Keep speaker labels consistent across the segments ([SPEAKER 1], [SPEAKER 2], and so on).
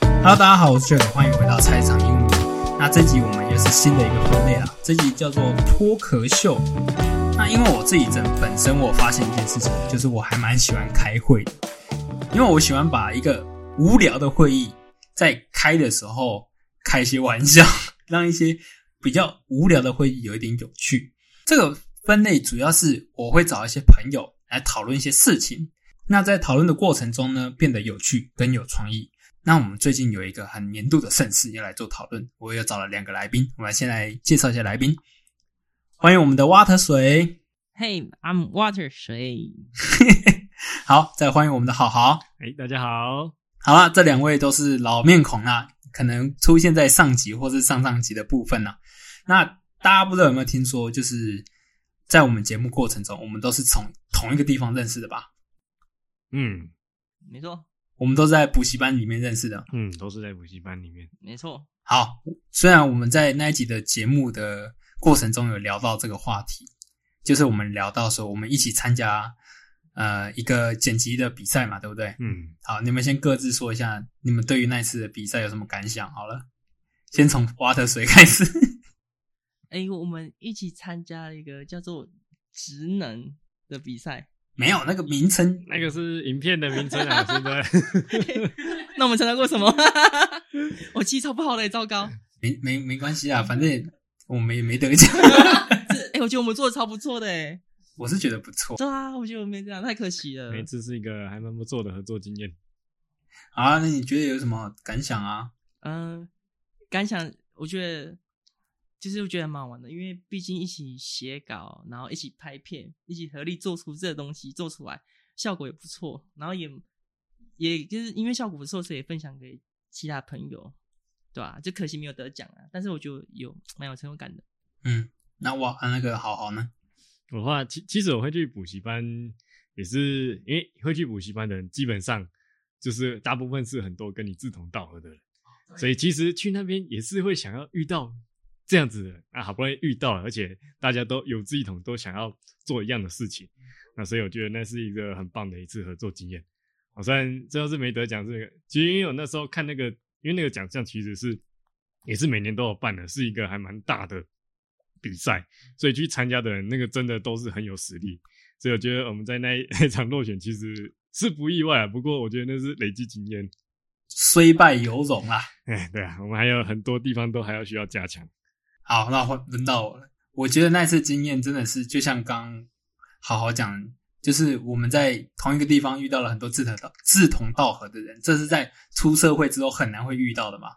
[SPEAKER 1] 大家好，我是 Jack，欢迎回到菜市场英文。那这集我们又是新的一个分类啦，这集叫做脱壳秀。那因为我自己整本身我发现一件事情，就是我还蛮喜欢开会的，因为我喜欢把一个无聊的会议在开的时候开一些玩笑， 让一些比较无聊的会议有一点有趣。这个分类主要是我会找一些朋友来讨论一些事情，那在讨论的过程中呢，变得有趣跟有创意。那我们最近有一个很年度的盛事要来做讨论，我又找了两个来宾，我们先来介绍一下来宾。欢迎我们的挖 r 水，
[SPEAKER 2] Hey, I'm Water 水。
[SPEAKER 1] 好，再欢迎我们的好好。
[SPEAKER 3] 哎，大家好，
[SPEAKER 1] 好啦，这两位都是老面孔啦，可能出现在上集或是上上集的部分啦。那大家不知道有没有听说，就是在我们节目过程中，我们都是从同一个地方认识的吧？
[SPEAKER 3] 嗯
[SPEAKER 2] 没错，
[SPEAKER 1] 我们都是在补习班里面认识的。
[SPEAKER 3] 嗯，都是在补习班里面，
[SPEAKER 2] 没错。
[SPEAKER 1] 好，虽然我们在那一集的节目的过程中有聊到这个话题，就是我们聊到说我们一起参加呃一个剪辑的比赛嘛，对不对？
[SPEAKER 3] 嗯，
[SPEAKER 1] 好，你们先各自说一下你们对于那次的比赛有什么感想。好了，先从挖特水开始。
[SPEAKER 2] 哎、我们一起参加了一个叫做职能的比赛。
[SPEAKER 1] 没有那个名称，
[SPEAKER 3] 那个是影片的名称啊，现在
[SPEAKER 2] 那我们参加过什么？ 我记忆超不好嘞，糟糕。
[SPEAKER 1] 没没没关系啊，反正我们也没得奖。
[SPEAKER 2] 这哎、我觉得我们做的超不错的哎。
[SPEAKER 1] 我是觉得不错。
[SPEAKER 2] 对啊，我觉得我们这样太可惜了。
[SPEAKER 3] 每次是一个还蛮不错的合作经验。
[SPEAKER 1] 好啊，那你觉得有什么感想啊？
[SPEAKER 2] 嗯、感想我觉得就是我觉得蛮好玩的，因为毕竟一起写稿，然后一起拍片，一起合力做出这个东西做出来，效果也不错，然后也也就是因为效果不错，所以分享给其他朋友，对吧、就可惜没有得奖啊，但是我觉得有蛮有成就感的。
[SPEAKER 1] 嗯，那哇，啊那个好好呢？
[SPEAKER 3] 我的话，其其实我会去补习班，也是因为会去补习班的人，基本上就是大部分是很多跟你志同道合的人，所以其实去那边也是会想要遇到这样子的人，啊，好不容易遇到了，而且大家都有志一同，都想要做一样的事情，那所以我觉得那是一个很棒的一次合作经验。我虽然最后是没得奖，这个其实因为我那时候看那个，因为那个奖项其实是也是每年都有办的，是一个还蛮大的比赛，所以去参加的人，那个真的都是很有实力。所以我觉得我们在那一 那一场落选其实是不意外啊，不过我觉得那是累积经验。
[SPEAKER 1] 虽败犹荣啦。
[SPEAKER 3] 哎，对啊，我们还有很多地方都还要需要加强。
[SPEAKER 1] 好，那换轮到我了。我觉得那次经验真的是，就像刚好好讲，就是我们在同一个地方遇到了很多志同道志同道合的人，这是在出社会之后很难会遇到的嘛。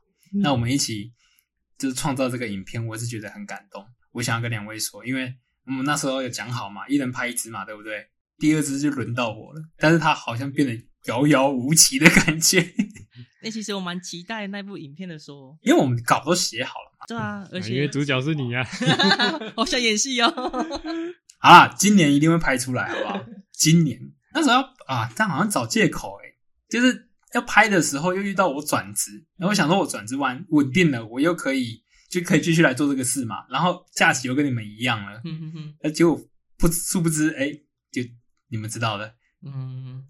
[SPEAKER 1] 那我们一起就是创造这个影片，我是觉得很感动。我想要跟两位说，因为我们那时候有讲好嘛，一人拍一支嘛，对不对？第二支就轮到我了，但是他好像变得遥遥无期的感觉，
[SPEAKER 2] 那、其实我蛮期待那部影片的说，
[SPEAKER 1] 因为我们稿都写好了。
[SPEAKER 2] 对啊，而
[SPEAKER 3] 啊因
[SPEAKER 2] 且
[SPEAKER 3] 为主角是你啊，
[SPEAKER 2] 好想演戏哦。
[SPEAKER 1] 好啦，今年一定会拍出来，好不好？今年那时候要啊，但好像找借口诶、就是要拍的时候又遇到我转职，然后想说我转职完稳定了，我又可以就可以继续来做这个事嘛。然后假期又跟你们一样了，
[SPEAKER 2] 嗯哼哼，
[SPEAKER 1] 那结果不殊不知，哎、就你们知道的，
[SPEAKER 2] 嗯，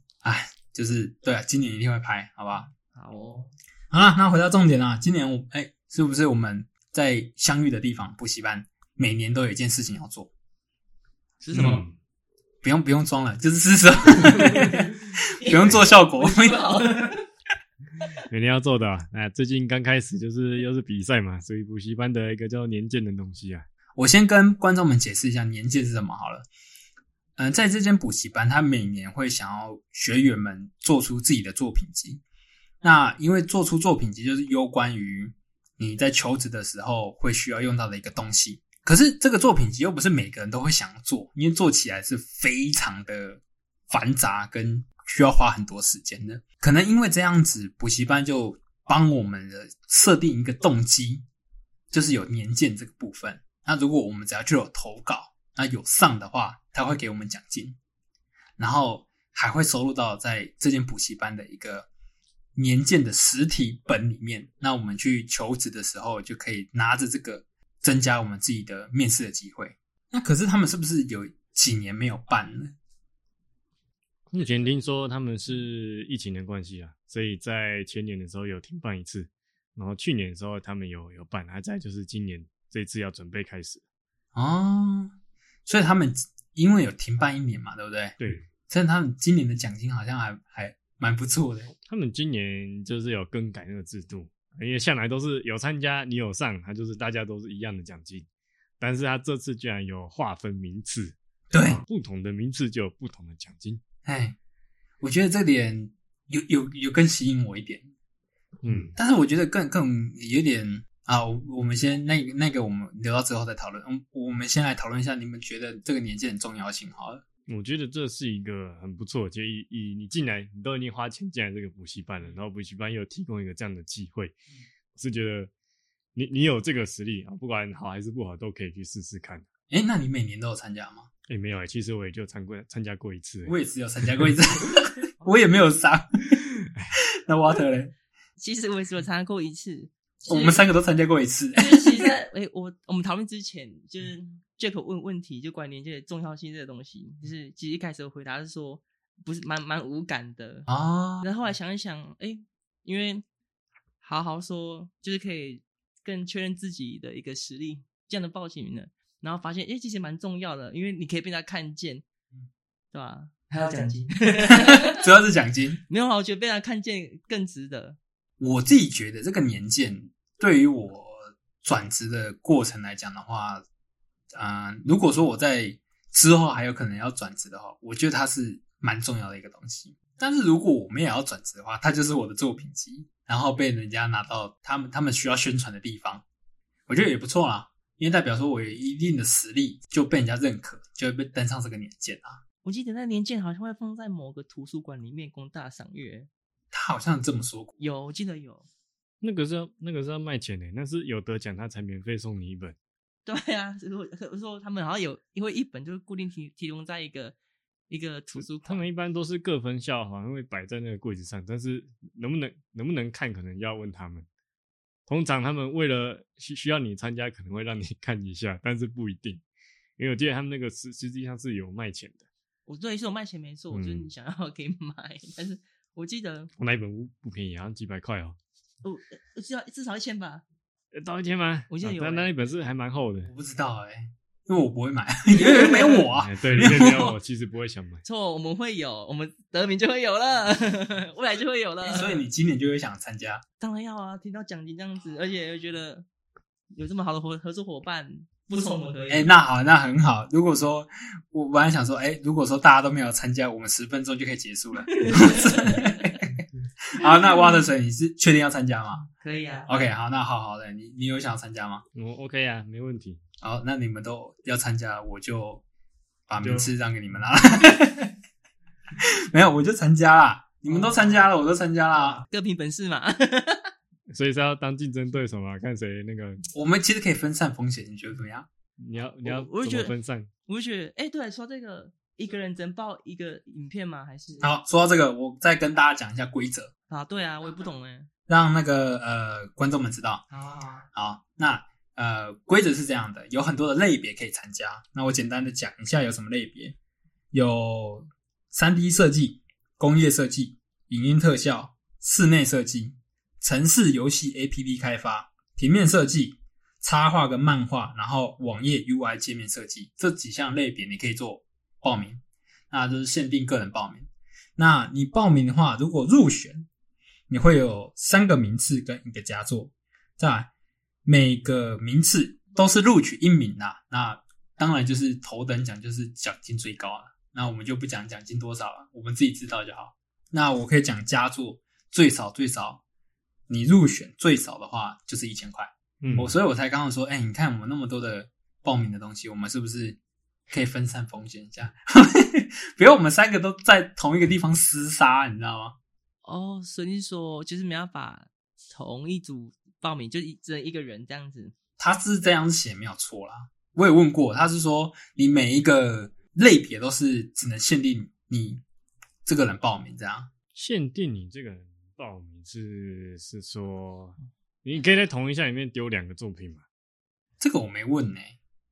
[SPEAKER 1] 就是对啊，今年一定会拍，好吧？
[SPEAKER 2] 好哦，
[SPEAKER 1] 好啦，那回到重点啦，今年我哎、是不是我们在相遇的地方补习班，每年都有一件事情要做？
[SPEAKER 2] 是什么？
[SPEAKER 3] 嗯？
[SPEAKER 1] 不用不用装了，就是吃什么，不用做效果。
[SPEAKER 3] 嗯 每天要做的、啊。那最近刚开始就是又是比赛嘛，所以补习班的一个叫年鉴的东西啊。
[SPEAKER 1] 我先跟观众们解释一下年鉴是什么好了。嗯、在这间补习班，他每年会想要学员们做出自己的作品集。那因为做出作品集就是有关于你在求职的时候会需要用到的一个东西。可是这个作品集又不是每个人都会想做，因为做起来是非常的繁杂跟需要花很多时间的。可能因为这样子，补习班就帮我们的设定一个动机，就是有年鉴这个部分。那如果我们只要就有投稿，那有上的话，他会给我们奖金，然后还会收录到在这间补习班的一个年鉴的实体本里面。那我们去求职的时候，就可以拿着这个增加我们自己的面试的机会。那可是他们是不是有几年没有办了？
[SPEAKER 3] 目前听说他们是疫情的关系啊，所以在前年的时候有停办一次，然后去年的时候他们有有办，还在就是今年这次要准备开始。
[SPEAKER 1] 哦，所以他们因为有停办一年嘛，对不对？
[SPEAKER 3] 对
[SPEAKER 1] 但他们今年的奖金好像还还蛮不错的。
[SPEAKER 3] 他们今年就是有更改那个制度，因为向来都是有参加你有上，他就是大家都是一样的奖金，但是他这次居然有划分名次，
[SPEAKER 1] 对，
[SPEAKER 3] 不同的名次就有不同的奖金。
[SPEAKER 1] 哎，我觉得这点有有有更吸引我一点，
[SPEAKER 3] 嗯，
[SPEAKER 1] 但是我觉得更更有点啊，我我们先那那个我们留到之后再讨论。嗯，我们先来讨论一下你们觉得这个年纪很重要性好了。
[SPEAKER 3] 我觉得这是一个很不错的建议。以你进来，你都已经花钱进来这个补习班了，然后补习班又提供一个这样的机会，我是觉得你你有这个实力啊，不管好还是不好，都可以去试试看。
[SPEAKER 1] 哎，那你每年都有参加吗？
[SPEAKER 3] 哎、没有哎、其实我也就参过参加过一次、
[SPEAKER 1] 我也只有参加过一次， 我也没有上。 那 Water 嘞？
[SPEAKER 2] 其实我也是有参加过一次，
[SPEAKER 1] 我们三个都参加过一次。
[SPEAKER 2] 就是 其实在，诶、我我们讨论之前，就是 Jack 问问题，就关于连接的重要性这个东西，就是其实一开始我回答是说，不是蛮蛮无感的，
[SPEAKER 1] 啊，
[SPEAKER 2] 然后后来想一想，哎、因为好好说，就是可以更确认自己的一个实力，这样的报警呢，然后发现，哎、其实蛮重要的，因为你可以被他看见，
[SPEAKER 1] 嗯
[SPEAKER 2] 对吧、还有奖金，
[SPEAKER 1] 主要是奖金。
[SPEAKER 2] 没有啊，我觉得被他看见更值得。
[SPEAKER 1] 我自己觉得这个年鉴对于我转职的过程来讲的话，嗯、如果说我在之后还有可能要转职的话，我觉得它是蛮重要的一个东西。但是如果我们也要转职的话，它就是我的作品集，然后被人家拿到他们他们需要宣传的地方，我觉得也不错啦，因为代表说我有一定的实力就被人家认可，就会被登上这个年鉴啊。
[SPEAKER 2] 我记得那年鉴好像会放在某个图书馆里面供大家赏阅，
[SPEAKER 1] 他好像这么说过，
[SPEAKER 2] 有，我记得有。
[SPEAKER 3] 那个是要那个是要卖钱的、那是有得奖他才免费送你一本。
[SPEAKER 2] 对啊，如果我说他们好像有，因为一本就是固定提提供在一个一个图书
[SPEAKER 3] 他
[SPEAKER 2] 馆
[SPEAKER 3] 们，一般都是各分校好像会摆在那个柜子上，但是能不能能不能看，可能要问他们。通常他们为了需需要你参加，可能会让你 看一下，但是不一定，因为我记得他们那个实实际上是有卖钱的。
[SPEAKER 2] 我对是有卖钱没错，我就是
[SPEAKER 3] 嗯
[SPEAKER 2] 你想要 可以买，但是我记得
[SPEAKER 3] 我那一本不不便宜，好像几百块哦，
[SPEAKER 2] 我我至少至少一千吧，
[SPEAKER 3] 呃到一千吗？
[SPEAKER 2] 我记得有
[SPEAKER 3] 啊但
[SPEAKER 2] 欸
[SPEAKER 3] 那一本是还蛮厚的。
[SPEAKER 1] 我不知道哎、因为我不会买， 因为没有我啊
[SPEAKER 3] 哎。对，里面没有我，其实不会想买。
[SPEAKER 2] 错我们会有，我们得名就会有了， 未来就会有了。
[SPEAKER 1] 所以你今年就会想参加，
[SPEAKER 2] 当然要啊，听到奖金这样子，而且又觉得有这么好的合合作伙伴，不
[SPEAKER 1] 不
[SPEAKER 2] 从我何
[SPEAKER 1] 哎、
[SPEAKER 2] 以？
[SPEAKER 1] 那好，那很好。如果说我本来想说，哎、如果说大家都没有参加，我们十分钟就可以结束了。 好，那挖的水你是确定要参加吗
[SPEAKER 2] 可以啊，
[SPEAKER 1] ？OK，好，那好好的，你你有想要参加吗？
[SPEAKER 3] 我 OK 啊，没问题。
[SPEAKER 1] 好，那你们都要参加，我就把
[SPEAKER 3] 就
[SPEAKER 1] 名次让给你们啦。 没有，我就参加啦。你们都参加了，我都参加啦。
[SPEAKER 2] 各凭本事嘛。
[SPEAKER 3] 所以是要当竞争对手嘛，看谁那个
[SPEAKER 1] 我们其实可以分散风险，你觉得怎么样？
[SPEAKER 3] 你要你要
[SPEAKER 2] 我我就
[SPEAKER 3] 怎么
[SPEAKER 2] 觉得
[SPEAKER 3] 分散？
[SPEAKER 2] 我就觉得，哎、对，说这个一个人只能报一个影片吗？还是
[SPEAKER 1] 好，说到这个，我再跟大家讲一下规则，
[SPEAKER 2] 啊，对啊，我也不懂哎、
[SPEAKER 1] 让那个呃观众们知道。
[SPEAKER 2] 啊，
[SPEAKER 1] 好，那呃，规则是这样的，有很多的类别可以参加。那我简单的讲一下有什么类别，有三 D 设计、工业设计、影音特效、室内设计、城市游戏 APP 开发、平面设计、插画跟漫画，然后网页 UI 界面设计这几项类别你可以做报名，那就是限定个人报名。那你报名的话，如果入选，你会有三个名次跟一个佳作。再来，每个名次都是录取一名啦。那当然就是头等奖就是奖金最高了。那我们就不讲奖金多少了，我们自己知道就好。那我可以讲佳作，最少最少，你入选最少的话就是一千块。
[SPEAKER 3] 嗯，
[SPEAKER 1] 我所以我才刚刚说，哎、你看我们那么多的报名的东西，我们是不是可以分散风险一下？ 不要我们三个都在同一个地方厮杀，你知道吗？
[SPEAKER 2] 哦，所以你是说就是没办法同一组报名，就一只能一个人这样子。
[SPEAKER 1] 他是这样写没有错啦。我也问过，他是说你每一个类别都是只能限定你这个人报名这样。
[SPEAKER 3] 限定你这个人报名是是说，你可以在同一项里面丢两个作品嘛？
[SPEAKER 1] 这个我没问呢、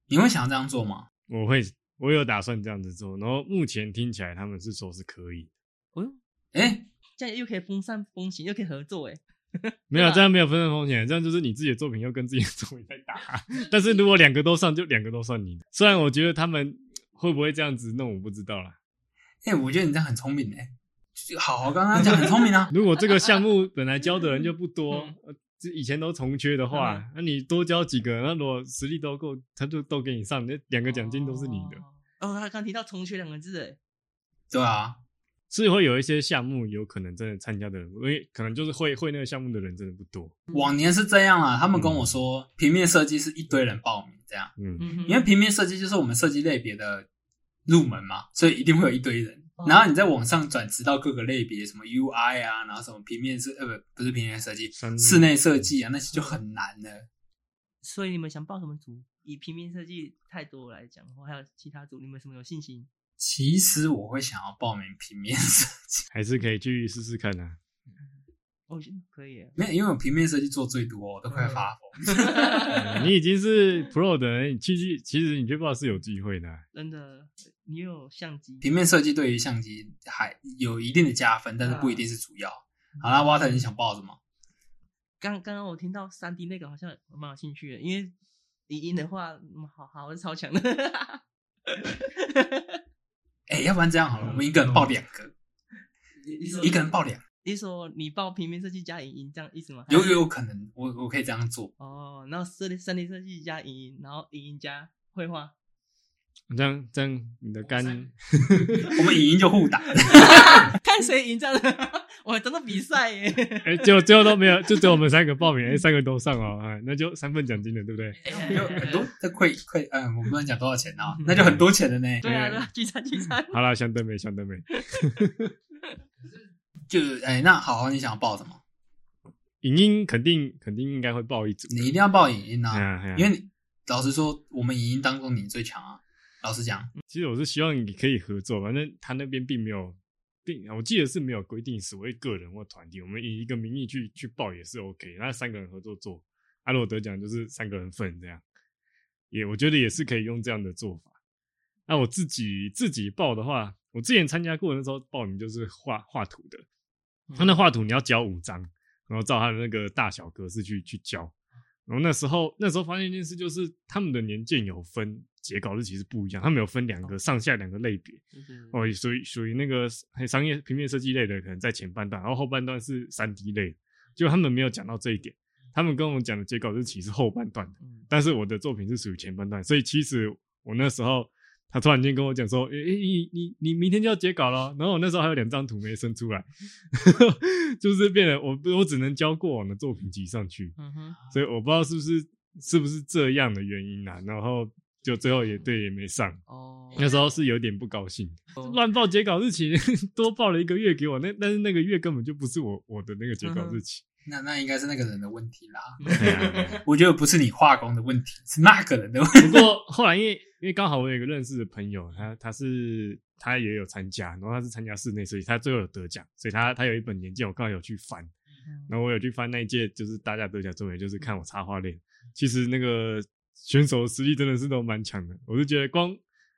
[SPEAKER 1] 你会想要这样做吗？
[SPEAKER 3] 我会，我有打算这样子做。然后目前听起来他们是说是可以，
[SPEAKER 2] 哦哟，
[SPEAKER 1] 哎、
[SPEAKER 2] 这样又可以分散风险，又可以合作哎、
[SPEAKER 3] 没有这样没有分散风险，这样就是你自己的作品要跟自己的作品在打。啊 但是如果两个都上，就两个都算你的。虽然我觉得他们会不会这样子弄，我不知道啦。，
[SPEAKER 1] 哎、我觉得你这样很聪明哎、好好刚刚讲很聪明啊
[SPEAKER 3] 如果这个项目本来教的人就不多
[SPEAKER 2] 嗯，
[SPEAKER 3] 呃这以前都重缺的话，那你多教几个，那如果实力都够，他就都给你上，那两个奖金都是你的。
[SPEAKER 2] 哦。哦，他刚提到“重缺”两个字，哎，
[SPEAKER 1] 对啊，
[SPEAKER 3] 所以会有一些项目有可能真的参加的人，因为可能就是会会那个项目的人真的不多。
[SPEAKER 2] 嗯
[SPEAKER 1] 往年是这样啦，他们跟我说平面设计是一堆人报名这样，
[SPEAKER 3] 嗯，
[SPEAKER 2] 嗯
[SPEAKER 1] 因
[SPEAKER 2] 哼，
[SPEAKER 1] 为平面设计就是我们设计类别的入门嘛，所以一定会有一堆人
[SPEAKER 2] 哦。
[SPEAKER 1] 然后你再往上转职到各个类别，什么 UI 啊，然后什么平面设呃不不是平面设计，
[SPEAKER 2] 嗯
[SPEAKER 3] 三
[SPEAKER 1] 室内设计啊，那些就很难了。
[SPEAKER 2] 所以你们想报什么组？以平面设计太多来讲，或还有其他组，你们什么有信心？
[SPEAKER 1] 其实我会想要报名平面设 计，
[SPEAKER 3] 还是可以去试试看啊。
[SPEAKER 2] 我觉得哦可以 耶。
[SPEAKER 1] 没有，因为我平面设计做最多，我都快发疯。
[SPEAKER 3] 嗯你已经是 Pro 的人，你去去，其实你去报是有机会的啊、
[SPEAKER 2] 真的，你有相机，
[SPEAKER 1] 平面设计对于相机还有一定的加分，但是不一定是主要。
[SPEAKER 2] 嗯
[SPEAKER 1] 好啦，Water，你想报什么？
[SPEAKER 2] 刚刚刚我听到三 D 那个好像蛮有兴趣的，因为影音的话，嗯好好是超强的。
[SPEAKER 1] 哎，要不然这样好了，我们一个人报两个，
[SPEAKER 2] 嗯你说
[SPEAKER 1] 一个人报两个，
[SPEAKER 2] 你说你报平面设计加影音这样意思吗？
[SPEAKER 1] 有有可能，我我可以这样做。
[SPEAKER 2] 哦，然后设计三 D 设计加影音，然后影音加绘 画，
[SPEAKER 3] 这样这样，你的肝
[SPEAKER 1] 我们影音就互 打，
[SPEAKER 2] 看谁赢这样的， 我还真的比赛耶！
[SPEAKER 3] 哎，结果最后都没有，就只有我们三个报名，哎，三个都上哦，哎，那就三份奖金了，对不对？
[SPEAKER 1] 有很多，这亏亏，嗯，我不能讲多少钱啊，
[SPEAKER 2] 嗯
[SPEAKER 1] 那就很多钱的呢。
[SPEAKER 2] 对
[SPEAKER 3] 嗯
[SPEAKER 2] 啊，对啊，聚餐聚 餐。
[SPEAKER 3] 好啦，想得美，想得美。
[SPEAKER 1] 就哎，那好好，你想要报什么？
[SPEAKER 3] 影音肯定肯定应该会报一组，
[SPEAKER 1] 你一定要报影音
[SPEAKER 3] 哎
[SPEAKER 1] 啊，
[SPEAKER 3] 呀哎呀
[SPEAKER 1] 因为你老实说，我们影音当中你最强啊。老实讲，
[SPEAKER 3] 其实我是希望你可以合作，反正他那边并没有，并我记得是没有规定所谓个人或团体，我们以一个名义去去报也是 OK。那三个人合作做，阿洛得奖就是三个人份这样，也我觉得也是可以用这样的做法。那我自己自己报的话，我之前参加过那时候报名就是画画图的，他那画图你要交五张，然后照他的那个大小格式去去交。然后那时候那时候发现一件事，就是他们的年鉴有分截稿日期是不一样，他们有分两个上下两个类别
[SPEAKER 2] 就是
[SPEAKER 3] 哦，属于属于那个商业平面设计类的，可能在前半段，然后后半段是三 D 类的，就他们没有讲到这一点，他们跟我们讲的截稿日期是后半段的，
[SPEAKER 2] 嗯
[SPEAKER 3] 但是我的作品是属于前半段，所以其实我那时候。他突然间跟我讲说：“诶、诶你你你明天就要截稿了。”然后我那时候还有两张图没生出来， 就是变得我我只能交过往的作品集上去。
[SPEAKER 2] 嗯哼，
[SPEAKER 3] 所以我不知道是不是是不是这样的原因啊，然后就最后也对也没上，
[SPEAKER 2] 哦，
[SPEAKER 3] 那时候 是有点不高兴，
[SPEAKER 2] 哦
[SPEAKER 3] 乱报截稿日期， 多报了一个月给我，那但是那个月根本就不是我我的那个截稿日期，
[SPEAKER 1] 那那应该是那个人的问题啦。
[SPEAKER 2] 嗯
[SPEAKER 3] 对啊对啊
[SPEAKER 1] 我觉得不是你画工的问题，是那个人的问题。
[SPEAKER 3] 不过后来因为因为刚好我有一个认识的朋友，他他是他也有参加，然后他是参加室内设计，他最后有得奖，所以他他有一本年鉴，我刚好有去翻，然后我有去翻那一届，就是大家得奖作品，就是看我插花练。其实那个选手的实力真的是都蛮强的，我就觉得光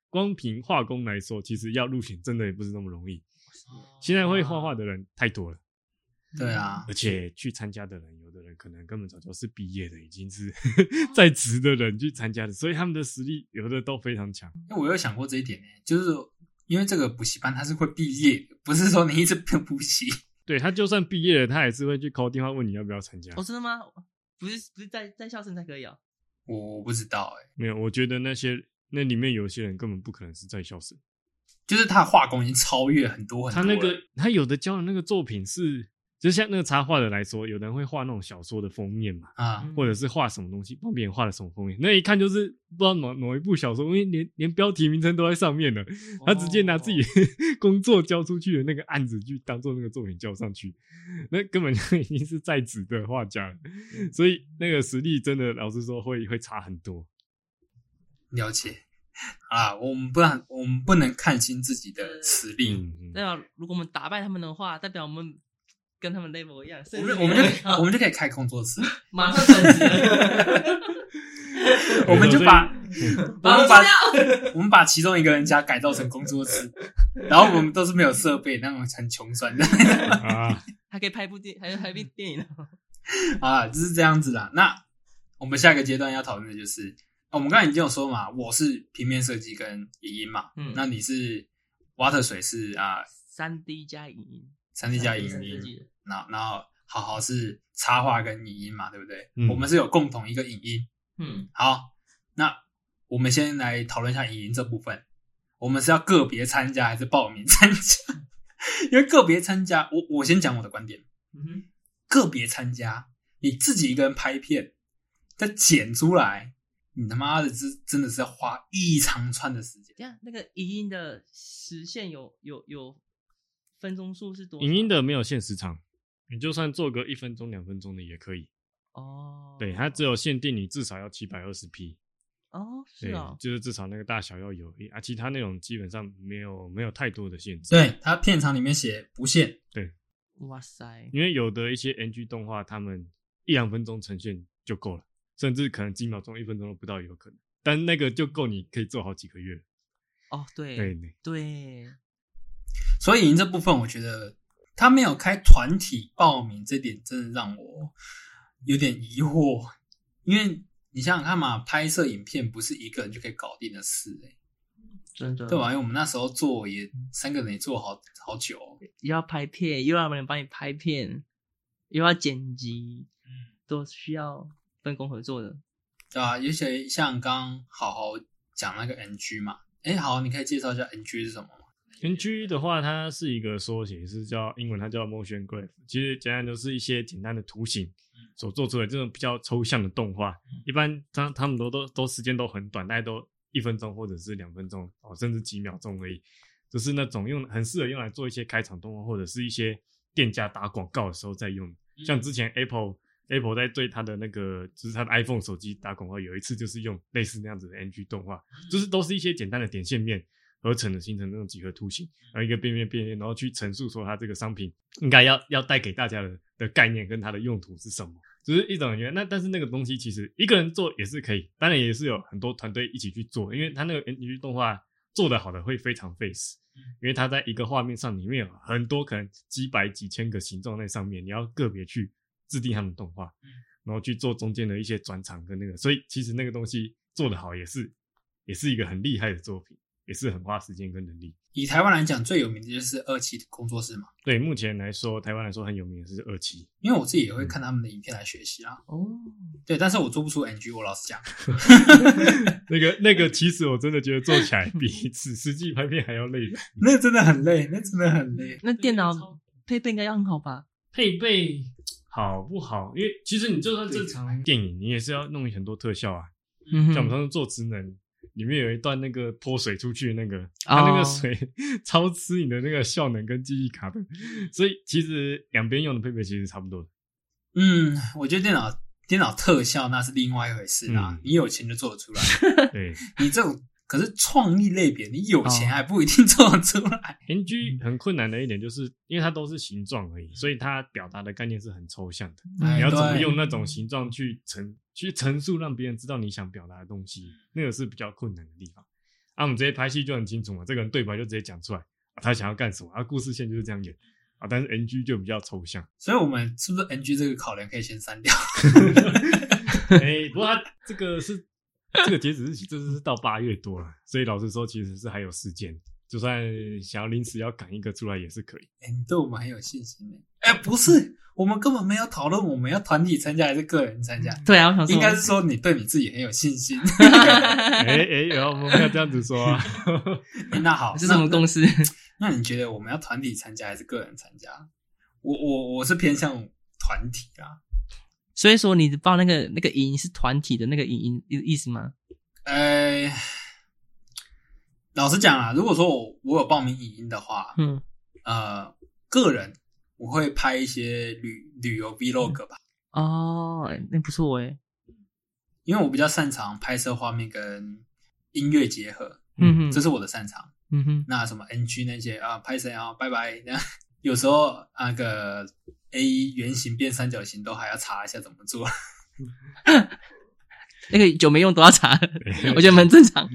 [SPEAKER 3] 光凭画工来说，其实要入选真的也不是那么容易。
[SPEAKER 2] 哦
[SPEAKER 3] 现在会画画的人太多了，
[SPEAKER 1] 对啊，
[SPEAKER 3] 而且去参加的人，有的人可能根本早就是毕业的，已经是 在职的人去参加的，所以他们的实力有的都非常强。
[SPEAKER 1] 因为我有想过这一点呢、就是因为这个补习班它是会毕业的，不是说你一直不补习。
[SPEAKER 3] 对他就算毕业了，他还是会去 call 电话问你要不要参加
[SPEAKER 2] 哦，。真的吗？不是不是在在校生才可以哦。
[SPEAKER 1] 我我不知道哎、
[SPEAKER 3] 没有，我觉得那些那里面有些人根本不可能是在校生。
[SPEAKER 1] 就是他的画工已经超越很多很
[SPEAKER 3] 他
[SPEAKER 1] 多
[SPEAKER 3] 那
[SPEAKER 1] 了。
[SPEAKER 3] 个他有的教的那个作品是，就像那个插画的来说，有的人会画那种小说的封面嘛，
[SPEAKER 1] 啊、
[SPEAKER 2] 嗯
[SPEAKER 3] 或者是画什么东西，帮别人画了什么封面，那一看就是不知道某某一部小说，因为连连标题名称都在上面了，
[SPEAKER 2] 嗯
[SPEAKER 3] 他直接拿自己 工作交出去的那个案子去当做那个作品交上去，那根本就已经是在职的画家了， 所以那个实力真的老实说会会差很多。
[SPEAKER 1] 了解啊，我们不然我们不能看清自己的实力。
[SPEAKER 3] 嗯，
[SPEAKER 2] 代表如果我们打败他们的话，代表我们跟他们 level 一样，
[SPEAKER 1] 我
[SPEAKER 2] 甚至
[SPEAKER 1] 们我们就我们就可以开工作室，
[SPEAKER 2] 马上升级了。
[SPEAKER 1] 我们就把我
[SPEAKER 2] 马
[SPEAKER 1] 们
[SPEAKER 2] 上
[SPEAKER 1] 把
[SPEAKER 2] 升级了
[SPEAKER 1] 我们把其中一个人家改造成工作室，然后我们都是没有设备，那种很穷酸的。
[SPEAKER 3] 啊，
[SPEAKER 1] 嗯
[SPEAKER 2] 还可以拍部电，还有拍部电影哦。
[SPEAKER 1] 啊，就是这样子啦。那我们下个阶段要讨论的就是，哦我们刚才已经有说嘛，我是平面设计跟影音嘛，
[SPEAKER 2] 嗯
[SPEAKER 1] 那你是 water 水是啊
[SPEAKER 2] 三 D 加影音，
[SPEAKER 1] 三 D 加影
[SPEAKER 2] 三 D 设
[SPEAKER 1] 音，
[SPEAKER 2] 计的
[SPEAKER 1] 然后然后好好是插画跟影音嘛，对不对？
[SPEAKER 3] 嗯
[SPEAKER 1] 我们是有共同一个影音。
[SPEAKER 2] 嗯，
[SPEAKER 1] 好，那我们先来讨论一下影音这部分，我们是要个别参加还是报名参加？ 因为个别参加，我我先讲我的观点。
[SPEAKER 2] 嗯哼，
[SPEAKER 1] 个别参加，你自己一个人拍片，再剪出来，你他妈的是真的是要花一长串的时间。
[SPEAKER 2] 这样那个影音的时限有有有分钟数是多少？
[SPEAKER 3] 影音的没有限时长，你就算做个一分钟、两分钟的也可以。
[SPEAKER 2] 哦，
[SPEAKER 3] 对，它只有限定你至少要七百二十 P，
[SPEAKER 2] 哦是
[SPEAKER 3] 对
[SPEAKER 2] 哦，，
[SPEAKER 3] 就是至少那个大小要有啊，其他内容基本上没有没有太多的限制。
[SPEAKER 1] 对他片场里面写不限，
[SPEAKER 2] 哇塞，
[SPEAKER 3] 因为有的一些 NG 动画，他们一两分钟呈现就够了，甚至可能几秒钟、一分钟都不到也有可能，但那个就够你可以做好几个月了。
[SPEAKER 2] 哦对
[SPEAKER 3] 对对，
[SPEAKER 2] 对，
[SPEAKER 1] 所以影音这部分我觉得他没有开团体报名，这点真的让我有点疑惑，因为你想想看嘛，拍摄影片不是一个人就可以搞定的事、欸，
[SPEAKER 2] 真的
[SPEAKER 1] 对啊吧？因为我们那时候做也三个人也做好好久哦、
[SPEAKER 2] 又要拍片，又要有人帮你拍片，又要剪辑，
[SPEAKER 1] 嗯，
[SPEAKER 2] 都需要分工合作的。
[SPEAKER 1] 对啊，尤其像刚好好讲那个 NG 嘛，哎，好，你可以介绍一下 NG 是什么吗？
[SPEAKER 3] NG E 的话，它是一个缩写，是叫英文，它叫 motion graph。其实简单就是一些简单的图形所做出来这种比较抽象的动画。一般他他们都都都时间都很短，大概都一分钟或者是两分钟哦，甚至几秒钟而已。就是那种用很适合用来做一些开场动画，或者是一些店家打广告的时候在用。像之前 Apple Apple 在对它的那个就是它的 iPhone 手机打广告，有一次就是用类似那样子的 NG 动画，就是都是一些简单的点线面。合成的形成那种几何图形，然后一个边边边边，然后去陈述说它这个商品应该要要带给大家的的概念跟它的用途是什么，就是一种原那但是那个东西其实一个人做也是可以，当然也是有很多团队一起去做，因为它那个 NG 动画做的好的会非常费时，因为它在一个画面上里面有很多可能几百几千个形状在上面，你要个别去制定他们的动画，然后去做中间的一些转场跟那个，所以其实那个东西做的好也是也是一个很厉害的作品。也是很花时间跟能力。
[SPEAKER 1] 以台湾来讲，最有名的就是二期工作室嘛，
[SPEAKER 3] 对，目前来说，台湾来说很有名的是二期，
[SPEAKER 1] 因为我自己也会看他们的影片来学习啊。
[SPEAKER 2] 哦，
[SPEAKER 1] 对，但是我做不出 NG，我老实讲，
[SPEAKER 3] 那个那个，其实我真的觉得做起来 比实实际拍片还要累的。
[SPEAKER 1] 那真的很累，那真的很累。
[SPEAKER 2] 那电脑配备应该要很好吧？
[SPEAKER 3] 配备 好不好？因为其实你就算正常电影，你也是要弄很多特效啊。
[SPEAKER 2] 嗯
[SPEAKER 3] 像我们上次做职能，里面有一段那个泼水出去的那个，它那个水 超吃你的那个效能跟记忆卡的，所以其实两边用的配备其实差不多的。
[SPEAKER 1] 嗯，我觉得电脑电脑特效那是另外一回事啦，
[SPEAKER 3] 嗯
[SPEAKER 1] 你有钱就做得出来，
[SPEAKER 3] 对。
[SPEAKER 1] 你这种可是创意类别，你有钱还不一定做得出来。
[SPEAKER 3] NG
[SPEAKER 1] 嗯
[SPEAKER 3] 很困难的一点，就是因为它都是形状而已，所以它表达的概念是很抽象的。
[SPEAKER 1] 哎
[SPEAKER 3] 你要怎么
[SPEAKER 1] 对
[SPEAKER 3] 用那种形状去陈去陈述，让别人知道你想表达的东西，那个是比较困难的地方。啊，我们直接拍戏就很清楚嘛，这个人对白就直接讲出来，啊、他想要干什么，啊，故事线就是这样演啊。但是 NG 就比较抽象，
[SPEAKER 1] 所以，我们是不是 NG 这个考量可以先删掉？
[SPEAKER 3] 哎、不过他这个是这个截止日期，这是到八月多了，所以老实说，其实是还有时间，就算想要临时要赶一个出来也是可以。
[SPEAKER 1] 哎、你对我们很有信心呢。哎、不是，我们根本没有讨论我们要团体参加还是个人参加，
[SPEAKER 2] 对啊，我想说
[SPEAKER 1] 应该是说你对你自己很有信 心。
[SPEAKER 3] 哎哎，然后我们要这样子说、啊，
[SPEAKER 1] 哎那好，
[SPEAKER 2] 是什么公
[SPEAKER 1] 司？
[SPEAKER 2] 司？
[SPEAKER 1] 那你觉得我们要团体参加还是个人参加？我我我是偏向团体啦。
[SPEAKER 2] 所以说你报那个那个影音是团体的那个影音意意思吗？
[SPEAKER 1] 呃，老实讲啦，如果说我我有报名影音的话，
[SPEAKER 2] 嗯，
[SPEAKER 1] 呃，个人我会拍一些旅旅
[SPEAKER 2] 嗯
[SPEAKER 1] 游 vlog 吧，
[SPEAKER 2] 哦，那不错哎，
[SPEAKER 1] 因为我比较擅长拍摄画面跟音乐结合，
[SPEAKER 2] 嗯哼，
[SPEAKER 1] 这是我的擅长。
[SPEAKER 2] 嗯哼，
[SPEAKER 1] 那什么 NG 那些啊，拍谁啊，拜拜。 那有时候啊那个 A 圆形变三角形都还要查一下怎么做。
[SPEAKER 2] 那个久没用都要查， 我觉得蛮正常。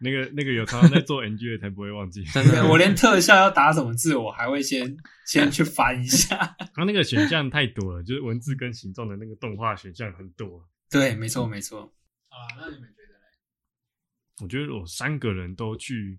[SPEAKER 3] 那个那个有常常在做 NG 的才不会忘记。
[SPEAKER 2] 真的，
[SPEAKER 1] 我连特效要打什么字，我还会先先去翻一下。
[SPEAKER 3] 它那个选项太多了，就是文字跟形状的那个动画选项很多。
[SPEAKER 1] 对，没错没错。好啦，那你们觉得嘞？
[SPEAKER 3] 我觉得我三个人都去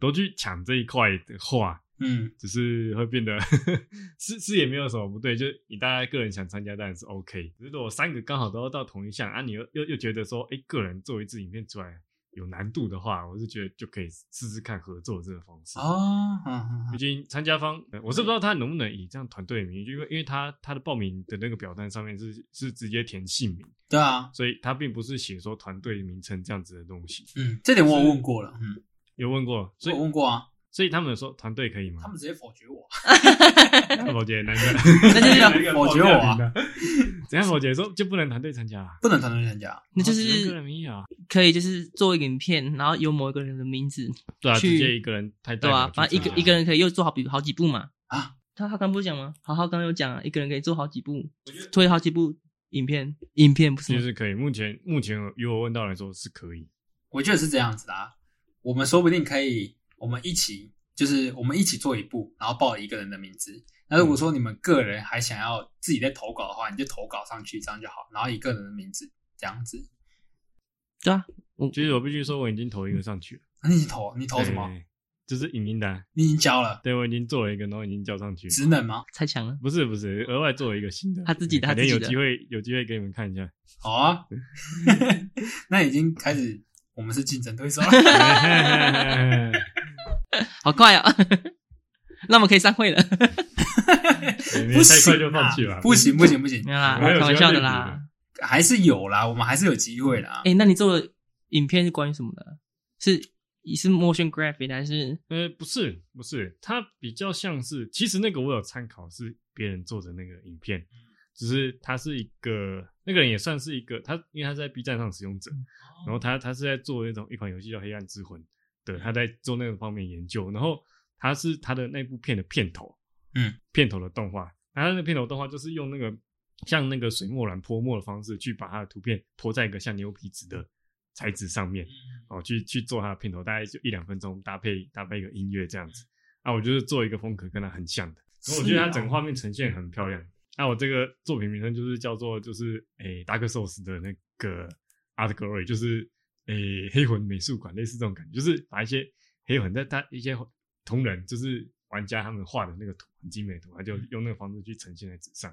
[SPEAKER 3] 都去抢这一块的话，
[SPEAKER 1] 嗯，
[SPEAKER 3] 只是会变得 是是也没有什么不对，就是你大家个人想参加当然是 OK。如果三个刚好都要到同一项啊，你又又又觉得说，哎、个人做一支影片出来有难度的话，我是觉得就可以试试看合作这个方式。
[SPEAKER 1] 哦，嗯嗯
[SPEAKER 3] 毕竟参加方，呃我是不知道他能不能以这样团队的名义，因为因为他他的报名的那个表单上面是是直接填姓名，
[SPEAKER 1] 对啊，
[SPEAKER 3] 所以他并不是写说团队名称这样子的东西。
[SPEAKER 1] 嗯，这点我有问过了，嗯，
[SPEAKER 3] 有问过，所以
[SPEAKER 2] 哦
[SPEAKER 1] 我问过啊，
[SPEAKER 3] 所以他们有说团队可以吗？
[SPEAKER 1] 他们直接否决我，
[SPEAKER 3] 那 我觉得难怪，
[SPEAKER 1] 那就是要 否决我啊，
[SPEAKER 3] 怎样？我姐说就不能团队参加啊，
[SPEAKER 1] 不能团队参加。
[SPEAKER 2] 那就
[SPEAKER 3] 哦只能个
[SPEAKER 2] 是
[SPEAKER 3] 人名义啊，
[SPEAKER 2] 可以就是做一个影片，然后有某一个人的名字，
[SPEAKER 3] 对啊，
[SPEAKER 2] 去
[SPEAKER 3] 直接一个人太
[SPEAKER 2] 对吧、反正一个一个人可以又做好比好几部嘛。
[SPEAKER 1] 啊，
[SPEAKER 2] 他他刚不是讲吗？好好刚有讲啊，一个人可以做好几部，推好几部影片，影片不是
[SPEAKER 3] 其
[SPEAKER 2] 吗
[SPEAKER 3] 实可以。目前目前以我问到来说是可以，
[SPEAKER 1] 我觉得是这样子的、啊，我们说不定可以，我们一起就是我们一起做一部，然后报一个人的名字。那如
[SPEAKER 3] 嗯
[SPEAKER 1] 果说你们个人还想要自己再投稿的话，你就投稿上去，这样就好，然后一个人的名字这样子。
[SPEAKER 2] 对啊，我
[SPEAKER 3] 其实我必须说我已经投一个上去了，
[SPEAKER 1] 那你投你投什么？
[SPEAKER 3] 对？就是影音单，
[SPEAKER 1] 你已经交了
[SPEAKER 3] 对我已经做了一个，然后已经交上去了。
[SPEAKER 1] 职能吗？
[SPEAKER 2] 太强了。
[SPEAKER 3] 不是不是，额外做了一个新的，
[SPEAKER 2] 他自己的
[SPEAKER 3] 改天
[SPEAKER 2] 他
[SPEAKER 3] 有
[SPEAKER 2] 自己的
[SPEAKER 3] 机会有机会给你们看 一下。
[SPEAKER 1] 好啊， 那已经开始，我们是竞争对手了。
[SPEAKER 3] 哎
[SPEAKER 2] 好快啊！ 那我们可以散会了，
[SPEAKER 3] 你
[SPEAKER 1] 不
[SPEAKER 3] 们太
[SPEAKER 1] 行、
[SPEAKER 3] 快
[SPEAKER 1] 啊，
[SPEAKER 3] 就放弃了，嗯
[SPEAKER 1] 不行不行不行
[SPEAKER 2] 没，有啦，
[SPEAKER 3] 我还有
[SPEAKER 2] 开玩笑的
[SPEAKER 3] 其他内
[SPEAKER 2] 啦。
[SPEAKER 1] 还是有啦，我们还是有机会啦。
[SPEAKER 2] 哎、那你做的影片是关于什么的？是是 motion graphic 还是
[SPEAKER 3] 呃，不是，不是，它比较像是，其实那个我有参考是别人做的那个影片，只是他是一个那个人也算是一个，他因为他是在 B 站上使用者，
[SPEAKER 1] 哦
[SPEAKER 3] 然后他他是在做那种一款游戏叫《黑暗之魂》，对，他在做那个方面研究，然后他是他的那部片的片头，
[SPEAKER 1] 嗯，
[SPEAKER 3] 片头的动画，他那个片头动画就是用那个像那个水墨染泼墨的方式去把他的图片泼在一个像牛皮纸的材质上面，哦，去去做他的片头，大概就一两分钟，搭配搭配一个音乐这样子。啊，我就是做一个风格跟他很像的，然后我觉得他整个画面呈现很漂亮。那、我这个作品名称就是叫做就是诶达克寿司的那个 Art Gallery，就是诶黑魂美术馆，类似这种感觉，就是把一些黑魂在他一些同人就是玩家他们画的那个图很精美的图，他就用那个方式去呈现在纸上，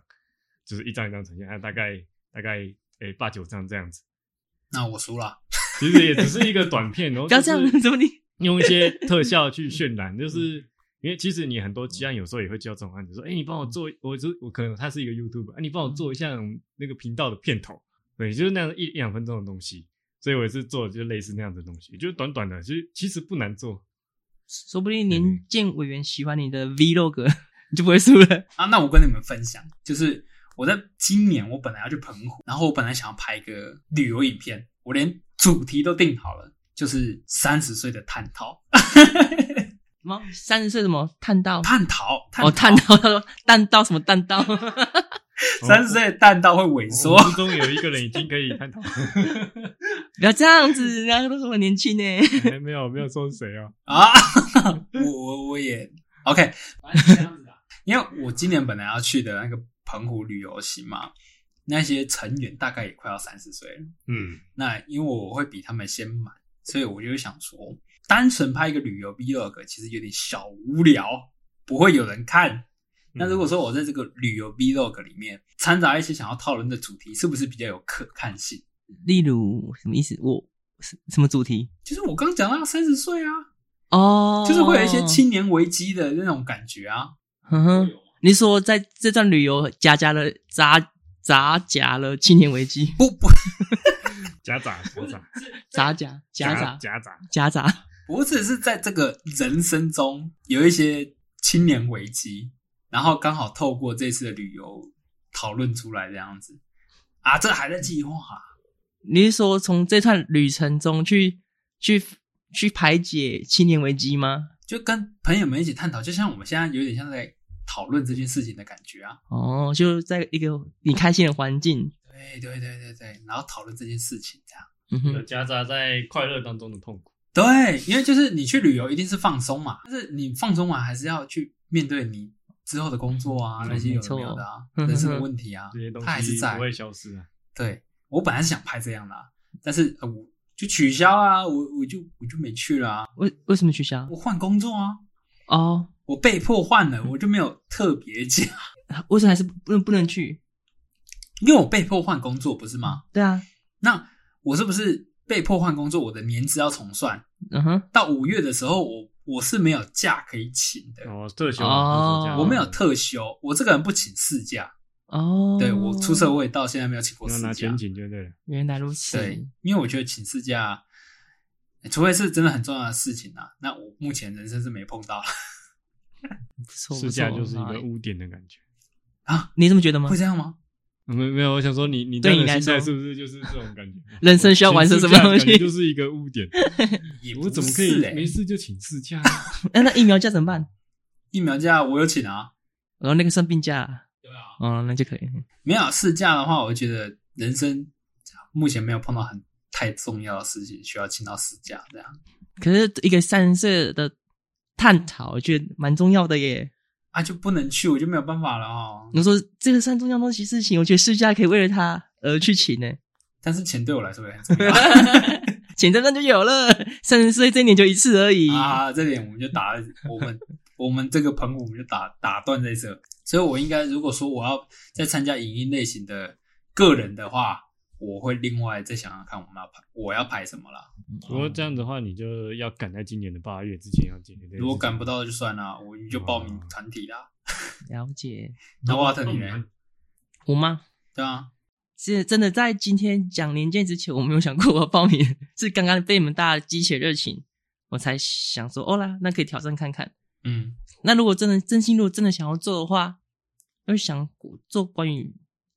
[SPEAKER 3] 就是一张一张呈现，啊，大概大概诶八九张这样子。
[SPEAKER 1] 那我输了，
[SPEAKER 3] 其实也只是一个 短片，然后
[SPEAKER 2] 不要这样
[SPEAKER 3] 就是
[SPEAKER 2] 怎么你
[SPEAKER 3] 用一些特效去渲 染，就是因为其实你很多基案有时候也会接到这种案子，说，哎、你帮我做，我就我可能他是一个 YouTube，啊，你帮我做一下那个频道的片头，对，就是那样一一两分钟的东西，所以我也是做就类似那样的东西，就是短短的，其实其实不难做，哦
[SPEAKER 2] 说不定年鉴委员喜欢你的 vlog，你就 不会输了。
[SPEAKER 1] 啊，那我跟你们分享，就是我在今年我本来要去澎湖，然后我本来想要拍一个旅游影片，我连主题都定好了，就是三十岁的探讨，
[SPEAKER 2] 什么三十岁什么探到？
[SPEAKER 1] 探讨，
[SPEAKER 2] 哦，探到，他说弹道什么弹道？
[SPEAKER 1] 三十岁的探讨会萎
[SPEAKER 3] 我
[SPEAKER 1] 缩，
[SPEAKER 2] 哦
[SPEAKER 3] 们之中有一个人已经可 以探讨，
[SPEAKER 2] 不要这样子，人家都说我年轻呢。
[SPEAKER 3] 哎没有没有说是谁啊，
[SPEAKER 1] 啊，我我我也 OK，因为我今年本来要去的那个澎湖旅游行嘛，那些成员大概也快要三十岁了。
[SPEAKER 3] 嗯，
[SPEAKER 1] 那因为我会比他们先买，所以我就想说，单纯拍一个旅游 vlog 其实有点小无聊，不会有人看。那如果说我在这个旅游 vlog 里面掺杂一些想要讨论的主题，是不是比较有可看性？
[SPEAKER 2] 例如什么意思？我什什么主题？
[SPEAKER 1] 就是我刚讲到三十岁啊，
[SPEAKER 2] 哦，
[SPEAKER 1] 就是会有一些青年危机的那种感觉啊。
[SPEAKER 2] 哼嗯哼，你是说在这段旅游夹夹了杂杂夹了青年危 机，
[SPEAKER 1] 不不
[SPEAKER 3] 夹杂夹杂
[SPEAKER 2] 杂夹夹杂
[SPEAKER 3] 夹杂，
[SPEAKER 2] 夹杂，
[SPEAKER 1] 不只是在这个人生中有一些青年危机，然后刚好透过这次的旅游讨论出来这样子啊，这还在计划、啊。
[SPEAKER 2] 你是说从这段旅程中去去去排解青年危机吗？
[SPEAKER 1] 就跟朋友们一起探讨，就像我们现在有点像在讨论这件事情的感觉啊。
[SPEAKER 2] 哦，就在一个你开心的环境，
[SPEAKER 1] 对对对对对，然后讨论这件事情这样。
[SPEAKER 2] 嗯
[SPEAKER 3] 有
[SPEAKER 2] 哼，
[SPEAKER 3] 夹杂在快乐当中的痛苦。
[SPEAKER 1] 对，因为就是你去旅游一定是放松嘛，但是你放松完还是要去面对你之后的工作啊，
[SPEAKER 3] 嗯
[SPEAKER 1] 那些有
[SPEAKER 2] 没
[SPEAKER 1] 的
[SPEAKER 2] 错
[SPEAKER 1] 没有的啊，
[SPEAKER 2] 嗯哼哼
[SPEAKER 1] 人生的问题啊
[SPEAKER 3] 这些东，
[SPEAKER 1] 它还是
[SPEAKER 3] 西
[SPEAKER 1] 在
[SPEAKER 3] 不。会消失啊。
[SPEAKER 1] 对我本来是想拍这样的、啊，但是、呃、我就取消啊，我我就我就没去了啊，
[SPEAKER 2] 为为什么取消？
[SPEAKER 1] 我换工作啊，
[SPEAKER 2] 哦，
[SPEAKER 1] 我被迫换了，我就没有特别讲，
[SPEAKER 2] 为什么还是不能不能去？
[SPEAKER 1] 因为我被迫换工作不是吗？
[SPEAKER 2] 对啊，
[SPEAKER 1] 那我是不是被迫换工作？我的年资要重算，
[SPEAKER 2] 嗯哼，
[SPEAKER 1] 到五月的时候我我是没有假可以请的，
[SPEAKER 3] 哦，特休
[SPEAKER 2] 哦
[SPEAKER 3] 啊，特休假
[SPEAKER 1] 我没有特休，我这个人不请事假。
[SPEAKER 2] 哦，
[SPEAKER 1] 对我出社，会到现在没有请过
[SPEAKER 3] 你要
[SPEAKER 1] 事
[SPEAKER 3] 拿
[SPEAKER 1] 假
[SPEAKER 3] 全，勤就对了。
[SPEAKER 2] 原来如此，
[SPEAKER 1] 对，因为我觉得请事假，欸除非是真的很重要的事情啊，那我目前人生是没碰到
[SPEAKER 2] 不错，
[SPEAKER 3] 事
[SPEAKER 2] 不
[SPEAKER 3] 假
[SPEAKER 2] 错
[SPEAKER 3] 就是一
[SPEAKER 2] 哎
[SPEAKER 3] 个污点的感觉。
[SPEAKER 1] 啊，
[SPEAKER 2] 你这么觉得吗
[SPEAKER 1] 会？这样吗？
[SPEAKER 3] 没没有，我想说你你这
[SPEAKER 2] 对
[SPEAKER 3] 样
[SPEAKER 2] 你来
[SPEAKER 3] 的心态
[SPEAKER 2] 说
[SPEAKER 3] 是不是就是这种感觉？
[SPEAKER 2] 人生需要完成什么东
[SPEAKER 3] 请事假的感觉
[SPEAKER 2] 西？
[SPEAKER 3] 就是一个污 点。
[SPEAKER 1] 也
[SPEAKER 3] 我
[SPEAKER 1] 不
[SPEAKER 3] 怎么可
[SPEAKER 1] 是
[SPEAKER 3] 以
[SPEAKER 1] 哎、
[SPEAKER 2] 欸
[SPEAKER 3] 没事就请事假？啊
[SPEAKER 2] 那那疫苗假怎么办？
[SPEAKER 1] 疫苗假我有请啊，
[SPEAKER 2] 然后那个生病假，
[SPEAKER 1] 对啊，
[SPEAKER 2] 哦，那就可以。
[SPEAKER 1] 没有事假的话，我觉得人生目前没有碰到很太重要的事情需要请到事假这样
[SPEAKER 2] 可是一个三色的探讨，我觉得蛮重要的耶。
[SPEAKER 1] 啊，就不能去，我就没有办法了哦。
[SPEAKER 2] 你说这个三重要东西事情，我觉得事假可以为了他而去请呢。
[SPEAKER 1] 但是钱对我来说也很 重要
[SPEAKER 2] 请这张就有了， 三十岁这一年就一次而已。
[SPEAKER 1] 啊，这点我们就打了，我们我们这个棚我们就打打断在这。所以我应该如果说我要再参加影音类型的个人的话，我会另外再想想看我们要拍我要拍什么啦。
[SPEAKER 3] 不
[SPEAKER 2] 嗯
[SPEAKER 3] 过这样的话，你就要赶在今年的八月之前要解决这件事情。
[SPEAKER 1] 如果赶不到就算了，我就报名团体啦。
[SPEAKER 2] 了解，
[SPEAKER 1] 哦那瓦特你呢？
[SPEAKER 2] 我吗？
[SPEAKER 1] 对啊，
[SPEAKER 2] 是真的，在今天讲年鉴之前，我没有想过我要报名， 是刚刚被你们大家激起热情，我才想说，哦啦，那可以挑战看看。
[SPEAKER 1] 嗯，
[SPEAKER 2] 那如果真的真心，如果真的想要做的话，要想做关于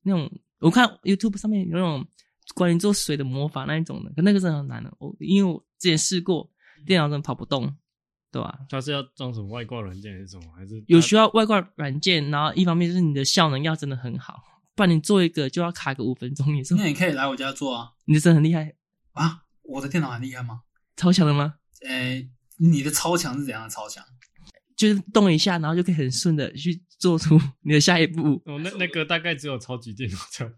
[SPEAKER 2] 那种，我看 YouTube 上面有那种关于做水的魔法那一种的，可那个真的很难的。我因为我之前试过，电脑真的跑不动，对吧、
[SPEAKER 3] 他是要装什么外挂软件还是什么？还是
[SPEAKER 2] 有需要外挂软件，然后一方面就是你的效能要真的很好，不然你做一个就要卡个五分钟以上
[SPEAKER 1] 那。你可以来我家做啊
[SPEAKER 2] 你真的很厉害，
[SPEAKER 1] 啊！我的电脑很厉害吗？
[SPEAKER 2] 超强的吗？
[SPEAKER 1] 诶、你的超强是怎样的超强？
[SPEAKER 2] 就是动一下，然后就可以很顺的去做出你的下一步。
[SPEAKER 3] 哦，那那个大概只有超级电脑才有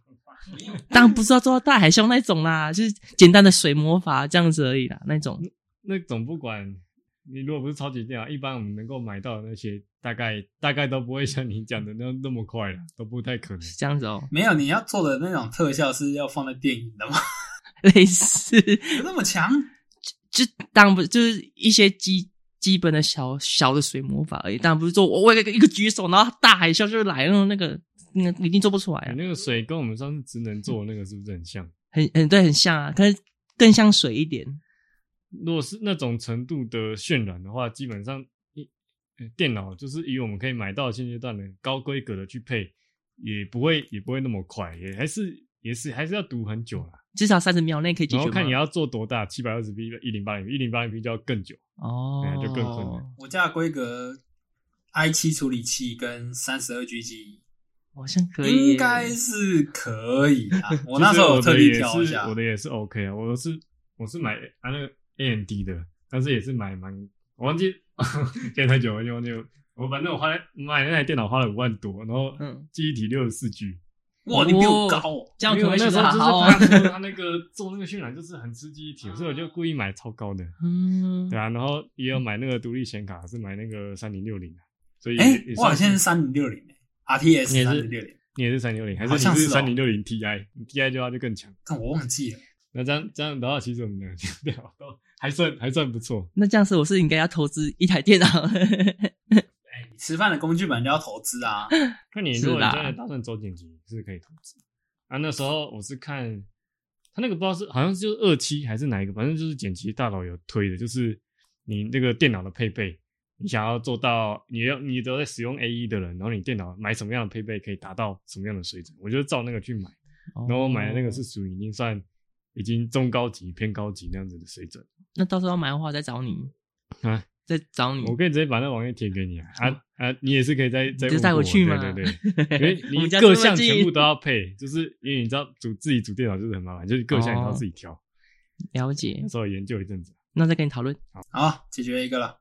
[SPEAKER 2] 当然不是要做到大海啸那种啦，就是简单的水魔法这样子而已啦，那种。
[SPEAKER 3] 那总不管你如果不是超级电脑，一般我们能够买到的那些，大概大概都不会像你讲的那那么快了，都不太可能。
[SPEAKER 2] 这样子哦，
[SPEAKER 1] 没有，你要做的那种特效是要放在电影的吗？
[SPEAKER 2] 类似
[SPEAKER 1] 有那么强？
[SPEAKER 2] 就当然不就是一些基基本的小小的水魔法而已，当然不是做我我一个一个举手，然后大海啸就来了，那个那个一定做不出来啊
[SPEAKER 3] 你，那个水跟我们上次职能做的那个是不是很像？
[SPEAKER 2] 很很对，很像啊，可是更像水一点。
[SPEAKER 3] 如果是那种程度的渲染的话，基本上一呃电脑就是以我们可以买到现阶段的高规格的去配，也不会也不会那么快，也还是也是还是要读很久啦。
[SPEAKER 2] 至少三十秒内可以解
[SPEAKER 3] 然
[SPEAKER 2] 决吗。
[SPEAKER 3] 后看你要做多大，七百二十 P、一零八零、一零八零 P 就要更久。
[SPEAKER 2] 哦
[SPEAKER 3] 哎，就更困难。
[SPEAKER 1] 我家的规格 i 七处理器跟三十二 G 记
[SPEAKER 2] 好像可以耶，
[SPEAKER 1] 应该是可以啊。 我
[SPEAKER 3] 其实
[SPEAKER 1] 那时候有特
[SPEAKER 3] 的
[SPEAKER 1] 地
[SPEAKER 3] 也
[SPEAKER 1] 挑一下
[SPEAKER 3] 是，我的也是 OK 啊，我是我是买啊那个 AMD 的，但是也是买蛮，我忘记 现在太久了，就忘记了我反正我花了买那台电脑花了五万多，然后
[SPEAKER 2] 嗯
[SPEAKER 3] 记忆体六十四 G，
[SPEAKER 1] 哇，你比我高哦，
[SPEAKER 2] 这样
[SPEAKER 3] 没有
[SPEAKER 2] 可能
[SPEAKER 3] 那时候就是
[SPEAKER 2] 好啊哦
[SPEAKER 3] 他说他那个做那个渲染就是很吃记忆体，所以我就故意买超高的，
[SPEAKER 2] 嗯
[SPEAKER 3] 对，啊，然后也有买那个独立显卡，是买那个三零六零啊，所以也
[SPEAKER 1] 哎、
[SPEAKER 3] 也
[SPEAKER 1] 我好
[SPEAKER 3] 算
[SPEAKER 1] 像是三零六零欸 RTS
[SPEAKER 3] 你也
[SPEAKER 1] 三
[SPEAKER 3] 是
[SPEAKER 1] 零六零，
[SPEAKER 3] 你也是三零六零，还是
[SPEAKER 1] 好像
[SPEAKER 3] 你是
[SPEAKER 1] 是哦
[SPEAKER 3] 三零六零 Ti？你 Ti 的话就更强。
[SPEAKER 1] 但我忘记了。
[SPEAKER 3] 那这样这样的话，其实我们两个电脑都还算还算不错。
[SPEAKER 2] 那这样子我是应该要投资一台电脑，
[SPEAKER 1] 哎、你吃饭的工具本来就要投资啊，
[SPEAKER 3] 那你如果
[SPEAKER 2] 是
[SPEAKER 3] 你
[SPEAKER 2] 啦
[SPEAKER 3] 真的打算走剪辑，是可以投资。啊，那时候我是看他那个不知道是好像是就是二期还是哪一个，反正就是剪辑大佬有推的，就是你那个电脑的配备，你想要做到你要你都在使用 A E 的人，然后你电脑买什么样的配备可以达到什么样的水准，我就照那个去买。
[SPEAKER 2] 哦
[SPEAKER 3] 然后我买的那个是，属于已经算已经中高级偏高级那样子的水准。
[SPEAKER 2] 那到时候要买的话再找你
[SPEAKER 3] 啊，
[SPEAKER 2] 再找你。
[SPEAKER 3] 我可以直接把那网页贴给你啊啊啊！你也是可以再
[SPEAKER 2] 嗯
[SPEAKER 3] 再
[SPEAKER 2] 你就带我
[SPEAKER 3] 问我
[SPEAKER 2] 去嘛
[SPEAKER 3] 对 对对，因为
[SPEAKER 2] 我们
[SPEAKER 3] 你
[SPEAKER 2] 家
[SPEAKER 3] 各
[SPEAKER 2] 这么
[SPEAKER 3] 项
[SPEAKER 2] 近
[SPEAKER 3] 全部都要配，就是因为你知道组自己组电脑就是很麻烦，就是各项你
[SPEAKER 2] 哦
[SPEAKER 3] 都要自己挑。
[SPEAKER 2] 了解
[SPEAKER 3] 那，时候研究一阵子，
[SPEAKER 2] 那再跟你讨论。
[SPEAKER 1] 好，解决一个了。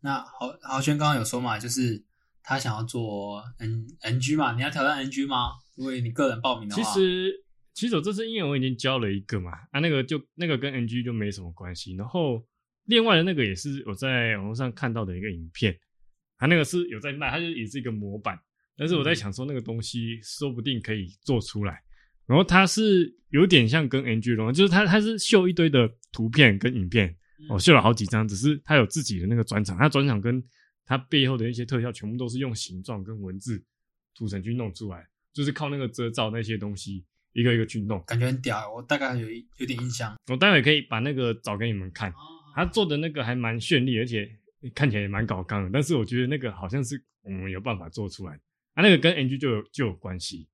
[SPEAKER 1] 那豪豪轩刚刚有说嘛，就是他想要做 N NG 嘛，你要挑战 NG 吗？如果你个人报名的话，
[SPEAKER 3] 其实其实我这次因为我已经交了一个嘛，啊那个就那个跟 NG 就没什么关系，然后另外的那个也是我在网络上看到的一个影片，它那个是有在卖，它就也是一个模板，但是我
[SPEAKER 1] 嗯
[SPEAKER 3] 在想说那个东西说不定可以做出来。然后它是有点像跟 NG 龙，就是它它是秀一堆的图片跟影片，
[SPEAKER 1] 嗯
[SPEAKER 3] 我、秀了好几张，只是它有自己的那个转场，它转场跟它背后的一些特效全部都是用形状跟文字图层去弄出来，就是靠那个遮罩那些东西一个一个去弄。
[SPEAKER 1] 感觉很屌，我大概有一有点印象。
[SPEAKER 3] 我待会可以把那个找给你们看，他做的那个还蛮绚丽，而且看起来也蛮搞纲的。但是我觉得那个好像是我们有办法做出来，啊，那个跟 NG 就有就有关系。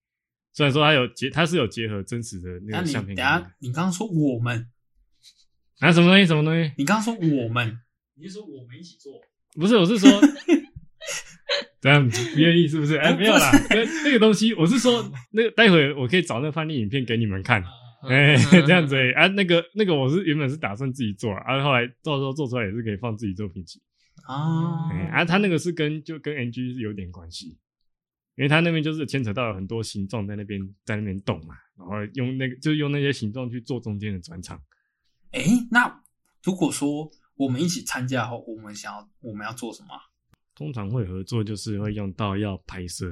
[SPEAKER 3] 虽然说它有结，它是有结合真实的那
[SPEAKER 1] 那
[SPEAKER 3] 个
[SPEAKER 1] 你
[SPEAKER 3] 相片
[SPEAKER 1] 等
[SPEAKER 3] 给你看。
[SPEAKER 1] 下，你刚刚说我们，
[SPEAKER 3] 啊，什么东西？什么东西？
[SPEAKER 1] 你刚刚说我们，你是说我们一起做？
[SPEAKER 3] 不是，我是说，怎样不愿意是不是？哎，没有啦，那那个东西，我是说，那个待会我可以找那个范例影片给你们
[SPEAKER 1] 啊
[SPEAKER 3] 看。
[SPEAKER 2] 嗯
[SPEAKER 3] 哎、这样子而已啊，那个那个，我是原本是打算自己做啊，啊后来到时候做出来也是可以放自己作品集。
[SPEAKER 2] 哦
[SPEAKER 1] 啊，
[SPEAKER 3] 哎、啊，他那个是跟就跟 NG 是有点关系，因为他那边就是牵扯到有很多形状在那边在那边动嘛，然后用那个就是用那些形状去做中间的转场。
[SPEAKER 1] 哎、那如果说我们一起参加后，我们想要我们要做什么啊？
[SPEAKER 3] 通常会合作就是会用到要拍摄，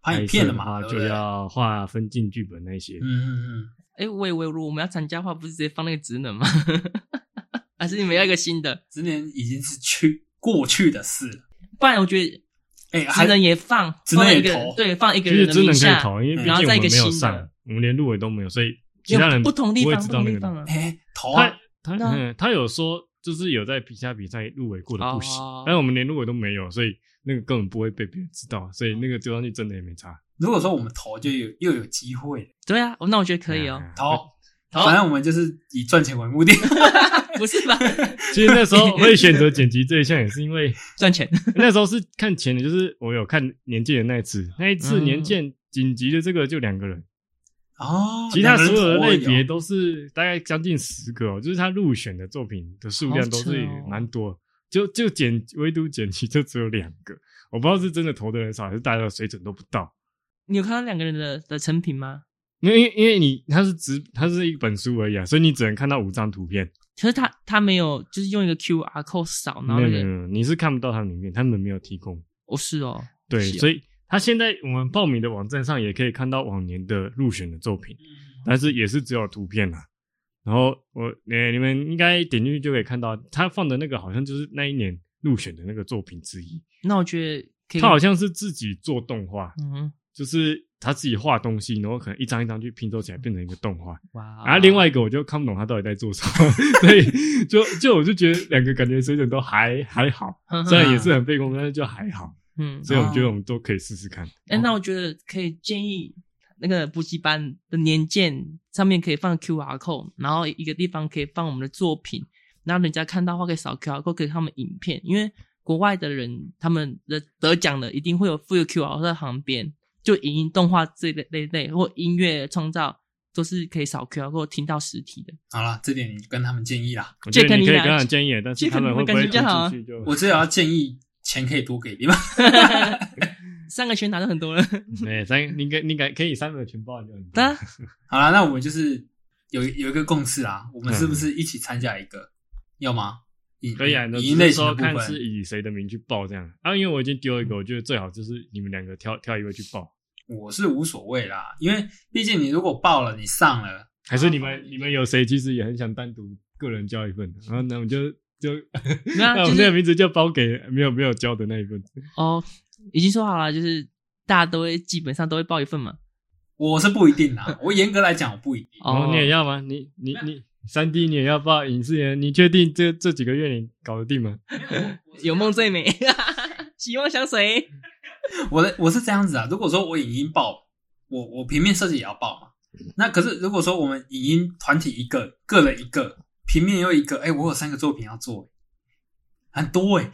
[SPEAKER 1] 拍影片了嘛，
[SPEAKER 3] 拍
[SPEAKER 1] 对
[SPEAKER 3] 摄
[SPEAKER 1] 不对？
[SPEAKER 3] 的话就要画分镜剧本那些。
[SPEAKER 1] 嗯嗯嗯，
[SPEAKER 2] 哎，我以为如果我们要参加的话，不是直接放那个职能吗？ 还是你们要一个新的？
[SPEAKER 1] 之前已经是去过去的事了。
[SPEAKER 2] 不然我觉得
[SPEAKER 1] 哎、还
[SPEAKER 2] 职能也放，
[SPEAKER 1] 职能
[SPEAKER 2] 放在
[SPEAKER 1] 也
[SPEAKER 2] 一个
[SPEAKER 1] 投
[SPEAKER 2] 对，放一
[SPEAKER 3] 其
[SPEAKER 2] 个
[SPEAKER 3] 实
[SPEAKER 2] 人的
[SPEAKER 3] 真
[SPEAKER 2] 名
[SPEAKER 3] 的可
[SPEAKER 2] 下
[SPEAKER 3] 以，投，因为毕竟
[SPEAKER 2] 然
[SPEAKER 3] 我
[SPEAKER 2] 后再
[SPEAKER 3] 们
[SPEAKER 2] 一个
[SPEAKER 3] 没有
[SPEAKER 2] 新
[SPEAKER 3] 上
[SPEAKER 2] 的，，
[SPEAKER 3] 我们连入围都没有，所以其他人
[SPEAKER 2] 不同地
[SPEAKER 3] 不会
[SPEAKER 2] 方
[SPEAKER 3] 知
[SPEAKER 2] 不
[SPEAKER 3] 道
[SPEAKER 2] 同
[SPEAKER 3] 那
[SPEAKER 2] 地
[SPEAKER 3] 个
[SPEAKER 2] 方
[SPEAKER 3] 东西。
[SPEAKER 2] 啊。
[SPEAKER 1] 哎、投啊
[SPEAKER 3] 他！他
[SPEAKER 2] 对啊
[SPEAKER 3] 嗯，他有说就是有在其他比赛入围过的不行
[SPEAKER 2] 哦，
[SPEAKER 3] 但是我们连入围都没有，所以那个根本不会被别人知道，所以那个丢上去真的也没差。
[SPEAKER 1] 如果说我们投就有又有机会了，
[SPEAKER 2] 对啊，那我觉得可以哦
[SPEAKER 3] 哎。呀
[SPEAKER 1] 投
[SPEAKER 2] 投
[SPEAKER 1] 反正我们就是以赚钱为目 的。
[SPEAKER 2] 不是吧？
[SPEAKER 3] 其实那时候会选择剪辑这一项，也是因为
[SPEAKER 2] 赚钱
[SPEAKER 3] 那时候是看钱的，就是我有看年鉴的那一次，那一次
[SPEAKER 2] 嗯
[SPEAKER 3] 年鉴紧急的这个就两个人，
[SPEAKER 1] 哦，
[SPEAKER 3] 其他
[SPEAKER 1] 两个
[SPEAKER 3] 所
[SPEAKER 1] 人
[SPEAKER 3] 有的
[SPEAKER 1] 投而
[SPEAKER 3] 类
[SPEAKER 1] 已哦
[SPEAKER 3] 别都是大概将近十个哦，就是他入选的作品的数量都是
[SPEAKER 2] 好扯哦
[SPEAKER 3] 蛮多，就就剪唯独剪辑就只有两个，我不知道是真的投的人少，还是大家的水准都不到。
[SPEAKER 2] 你有看到两个人的的成品吗？
[SPEAKER 3] 因为因为因为你它是只它是一本书而已啊，所以你只能看到五张图片，
[SPEAKER 2] 可是他他没有，就是用一个 QR code 扫，然后那
[SPEAKER 3] 没有没有，
[SPEAKER 2] 个
[SPEAKER 3] 没有你是看不到它里面，他们没有提供。
[SPEAKER 2] 哦是哦，
[SPEAKER 3] 对，
[SPEAKER 2] 是哦
[SPEAKER 3] 所以它现在我们报名的网站上也可以看到往年的入选的作品，
[SPEAKER 2] 嗯
[SPEAKER 3] 但是也是只有图片啦。然后我呃你们应该点进去就可以看到，他放的那个好像就是那一年入选的那个作品之一。
[SPEAKER 2] 那我觉得可以。
[SPEAKER 3] 他好像是自己做动画，
[SPEAKER 2] 嗯哼，
[SPEAKER 3] 就是他自己画东西，然后可能一张一张去拼凑起来变成一个动画。
[SPEAKER 2] 哇。哦
[SPEAKER 3] 啊，另外一个我就看不懂他到底在做什么， 所以就就我就觉得两个感觉水准都还还好，
[SPEAKER 2] 哼哼
[SPEAKER 3] 虽然也是很费工，但是就还好，
[SPEAKER 2] 嗯，
[SPEAKER 3] 所以我觉得我们都可以试试看。
[SPEAKER 2] 哎、那我觉得可以建议那个补习班的年鉴上面可以放 QR code，然后一个地方可以放我们的作品，然后人家看到的话可以扫 QR code 给他们影片，因为国外的人他们的得奖的一定会有附有 QR code 在旁边，就影音动画这类类类或音乐创造都是可以扫 QR code 听到实体的。
[SPEAKER 1] 好了，这点你跟他们建议啦。
[SPEAKER 3] 我觉得
[SPEAKER 2] Jack，
[SPEAKER 3] 你可以
[SPEAKER 2] 你
[SPEAKER 3] 跟
[SPEAKER 2] 俩
[SPEAKER 3] 他建议，但是
[SPEAKER 2] Jack，
[SPEAKER 3] 他们
[SPEAKER 2] 你
[SPEAKER 3] 会
[SPEAKER 2] 们
[SPEAKER 3] 不
[SPEAKER 2] 感
[SPEAKER 3] 会
[SPEAKER 2] 情比较好
[SPEAKER 3] 推
[SPEAKER 2] 啊
[SPEAKER 3] 出去就
[SPEAKER 1] 我只有要建议钱可以多给你们。
[SPEAKER 2] 上个圈拿到很多了，
[SPEAKER 3] 哎三，你该你该可以三个全报就很
[SPEAKER 2] 当
[SPEAKER 3] 多
[SPEAKER 2] 然。
[SPEAKER 1] 好了，那我们就是有有一个共识啊，我们是不是一起参加一个？要吗？以
[SPEAKER 3] 嗯可以啊，那
[SPEAKER 1] 以
[SPEAKER 3] 只
[SPEAKER 1] 类
[SPEAKER 3] 是
[SPEAKER 1] 型的
[SPEAKER 3] 说
[SPEAKER 1] 部
[SPEAKER 3] 看
[SPEAKER 1] 分
[SPEAKER 3] 是以谁的名去报这样啊，因为我已经丢一个，我觉得最好就是你们两个挑挑一位去报，
[SPEAKER 1] 我是无所谓啦，因为毕竟你如果报了，你上了，
[SPEAKER 3] 还是你
[SPEAKER 2] 哦
[SPEAKER 3] 们你们有谁其实也很想单独个人交一份的，然后那我们就就
[SPEAKER 2] 没有啊
[SPEAKER 3] 那我
[SPEAKER 2] 就是
[SPEAKER 3] 们这个名字就包给没有没有交的那一份。
[SPEAKER 2] 哦，已经说好了，就是大家都会基本上都会报一份嘛。
[SPEAKER 1] 我是不一定啦。我严格来讲，我不一定。
[SPEAKER 3] 哦
[SPEAKER 2] 哦，，
[SPEAKER 3] 你也要吗？你你你三 D 你也要报影视人，你确定这这几个月你搞得定吗？
[SPEAKER 2] 有梦最美， 希望相随。
[SPEAKER 1] 我的我是这样子啊，如果说我影音报，我我平面设计也要报嘛。那可是如果说我们影音团体一个，个人一个，平面又一个，哎、我有三个作品要做，很多哎、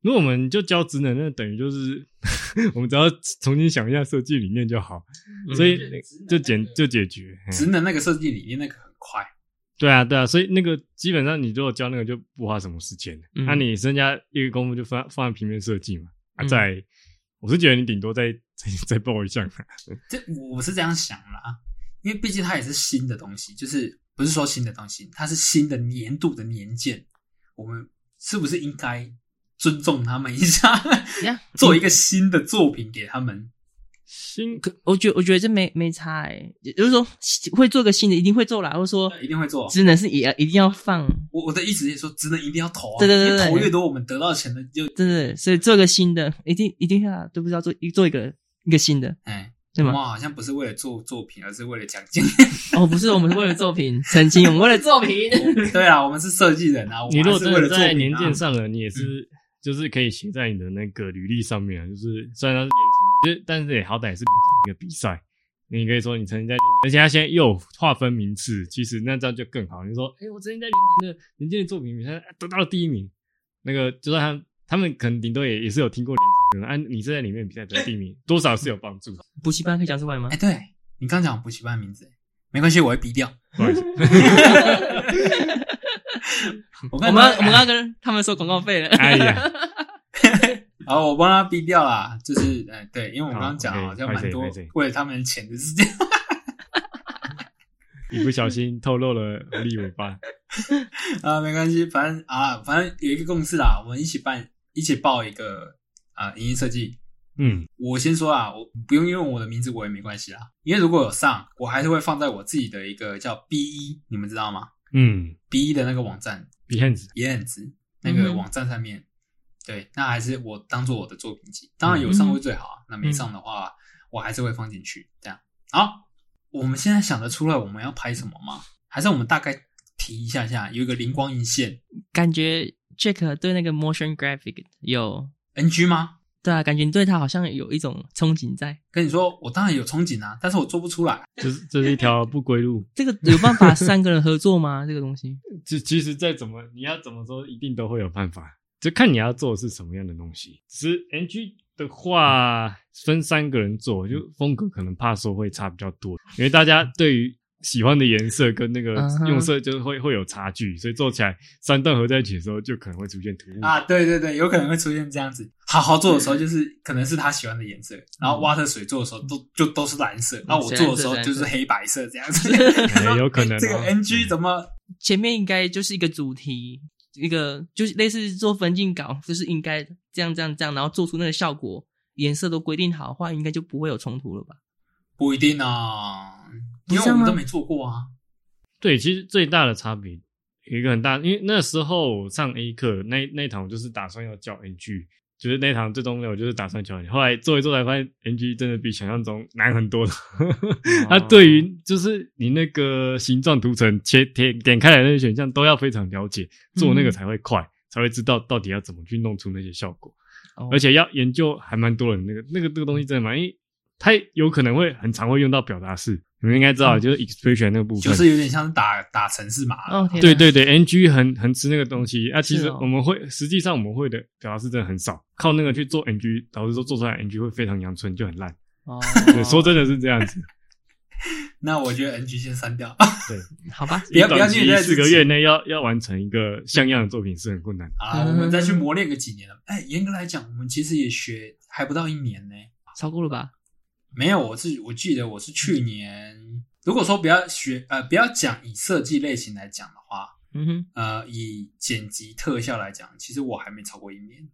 [SPEAKER 3] 如果我们就教职能，那等于就是 我们只要重新想一下设计理念就好，
[SPEAKER 2] 嗯
[SPEAKER 3] 所以
[SPEAKER 1] 嗯
[SPEAKER 3] 就解就解决。嗯
[SPEAKER 1] 职能那个设计理念那个很快，
[SPEAKER 3] 对啊，对啊，所以那个基本上你如果教那个就不花什么时间，那、
[SPEAKER 2] 嗯
[SPEAKER 3] 你剩下一个功夫就放放在平面设计嘛，啊
[SPEAKER 2] 嗯
[SPEAKER 3] 在，我是觉得你顶多再再再报一项，
[SPEAKER 1] 这我是这样想啦，因为毕竟它也是新的东西，就是不是说新的东西，它是新的年度的年鉴，我们是不是应该尊重他们一 下，
[SPEAKER 2] 呀
[SPEAKER 1] 做一个新的作品给他们？
[SPEAKER 3] 新
[SPEAKER 2] 可我觉得我觉得这没没差哎，也就是说会做个新的一定会做啦，或者说
[SPEAKER 1] 一定会做。
[SPEAKER 2] 职能是也一定要放，
[SPEAKER 1] 我我的意思是说，职能一定要投、啊，
[SPEAKER 2] 对对对对
[SPEAKER 1] 因为投越多，我们得到钱的就
[SPEAKER 2] 真的，所以做个新的一定一定要都不知道做一做一个一个新的
[SPEAKER 1] 哎，
[SPEAKER 2] 对
[SPEAKER 1] 我
[SPEAKER 2] 吗
[SPEAKER 1] 们？好像不是为了做作品，而是为了奖金。
[SPEAKER 2] 哦，不是，我们是为了作品， 曾经我们为了作品，
[SPEAKER 1] 对啊，我们是设计人啊，我
[SPEAKER 3] 你
[SPEAKER 1] 们还
[SPEAKER 3] 如果
[SPEAKER 1] 是
[SPEAKER 3] 真
[SPEAKER 1] 为了
[SPEAKER 3] 的
[SPEAKER 1] 作品、啊、
[SPEAKER 3] 在年鉴上了，你也是就是可以写在你的那个履历上面啊，就是虽然它是连城，就是但是也好歹是连城一个比赛，你可以说你曾经在连城，而且它现在又有划分名次，其实那这样就更好。你说，哎、我曾经在连城的年鉴的作品比赛啊得到了第一名，那个就算他他们可能顶多也也是有听过连城的，啊，你是在里面比赛得到第一名，多少是有帮助的。
[SPEAKER 2] 补习班可以讲出来吗
[SPEAKER 1] 哎，？对你刚讲我补习班的名字，没关系，我会逼掉。
[SPEAKER 3] 不好意思，
[SPEAKER 1] 我哎
[SPEAKER 2] 我
[SPEAKER 1] 跟
[SPEAKER 2] 们要我们要跟他们收广告费了。
[SPEAKER 3] 哎呀，
[SPEAKER 1] 然后我帮他逼掉啦，就是哎对，因为我刚刚讲
[SPEAKER 3] 好
[SPEAKER 1] 好像蛮多
[SPEAKER 3] 拍谁拍谁
[SPEAKER 1] 为了他们的钱的事情，
[SPEAKER 3] 一不小心透露了狐狸尾巴。
[SPEAKER 1] 啊，没关系，反正啊，反正有一个共识啦，我们一起办，一起报一个啊，影音设计。
[SPEAKER 3] 嗯，
[SPEAKER 1] 我先说啊，我不用用我的名字，我也没关系啦，因为如果有上，我还是会放在我自己的一个叫 B 一，你们知道吗
[SPEAKER 3] 嗯
[SPEAKER 1] ？B 一的那个网站，
[SPEAKER 3] ，Behance，
[SPEAKER 1] 也很值那个
[SPEAKER 2] 嗯哼
[SPEAKER 1] 网站上面，对，那还是我当做我的作品集。当然有上会最好啊，那没上的话，我还是会放进去。这样好，我们现在想得出来我们要拍什么吗？还是我们大概提一下下，有一个灵光一现
[SPEAKER 2] 感觉 Jack 对那个 motion graphic 有，
[SPEAKER 1] ，NG 吗？
[SPEAKER 2] 对啊，感觉你对他好像有一种憧憬在。
[SPEAKER 1] 跟你说，我当然有憧憬啊，但是我做不出来。
[SPEAKER 3] 这是这是一条不归路。
[SPEAKER 2] 这个有办 法三个人合作吗？这个东西
[SPEAKER 3] 其其实再怎么你要怎么说，一定都会有办法，就看你要做的是什么样的东西。只是 NG 的话，分三个人做，就风格可能怕说会差比较多，因为大家对于喜欢的颜色跟那个
[SPEAKER 2] 嗯哼
[SPEAKER 3] 用色就会会有差距，所以做起来三段合在一起的时候，就可能会出现突兀。
[SPEAKER 1] 啊，对对对，有可能会出现这样子。好好做的时候，就是可能是他喜欢的颜色，然后挖特水做的时候都就都是蓝色，然后我做的时候嗯就是黑白色嗯这样子。
[SPEAKER 3] 哎有可能哦
[SPEAKER 1] 这个 NG 怎么
[SPEAKER 2] 前面应该就是一个主题，一个就是类似做分镜稿，就是应该这样这样这样，然后做出那个效果，颜色都规定好的话，应该就不会有冲突了吧？
[SPEAKER 1] 不一定啊，因
[SPEAKER 2] 不
[SPEAKER 1] 为
[SPEAKER 2] 是
[SPEAKER 1] 我
[SPEAKER 2] 吗
[SPEAKER 1] 们都没做过啊。
[SPEAKER 3] 对，其实最大的差别有一个很大，因为那时候上 A 课那那一堂我就是打算要教 NG，就是那一堂最终的我就是打算教 NG，后来做一做才发现 NG 真的比想象中难很
[SPEAKER 1] 哦
[SPEAKER 3] 多的。它对于就是你那个形状图层切点点开来那些选项都要非常了解，做那个
[SPEAKER 2] 嗯
[SPEAKER 3] 才会快，才会知道到底要怎么去弄出那些效果。
[SPEAKER 2] 哦
[SPEAKER 3] 而且要研究还蛮多人，那个那个这个东西真的蛮，因为它有可能会很常会用到表达式，你们应该知道，
[SPEAKER 2] 嗯
[SPEAKER 3] 就是 expression 那个部分，
[SPEAKER 1] 就是有点像是打打城市码了。
[SPEAKER 2] 哦，天哪
[SPEAKER 3] 对对对，NG 很很吃那个东西啊。其
[SPEAKER 2] 是
[SPEAKER 3] 实
[SPEAKER 2] 哦
[SPEAKER 3] 我们会，实际上我们会的表达是真的很少，靠那个去做 NG，老实说做出来 NG 会非常阳春，就很烂。
[SPEAKER 2] 哦
[SPEAKER 3] 对，说真的是这样
[SPEAKER 1] 哦
[SPEAKER 3] 子。
[SPEAKER 1] 那我觉得 NG 先删掉。
[SPEAKER 2] 好吧，
[SPEAKER 1] 不要不要
[SPEAKER 3] 短期
[SPEAKER 1] 虐待自
[SPEAKER 3] 四
[SPEAKER 1] 己
[SPEAKER 3] 个月内要要完成一个像样的作品是很困难的。
[SPEAKER 1] 好啦，我们再去磨练个几年了。哎，严格来讲，我们其实也学还不到一年呢。
[SPEAKER 2] 超过了吧？
[SPEAKER 1] 没有，我是我记得我是去年。如果说不要学呃不要讲以设计类型来讲的话，
[SPEAKER 2] 嗯哼，
[SPEAKER 1] 呃以剪辑特效来讲，其实我还没超过一年。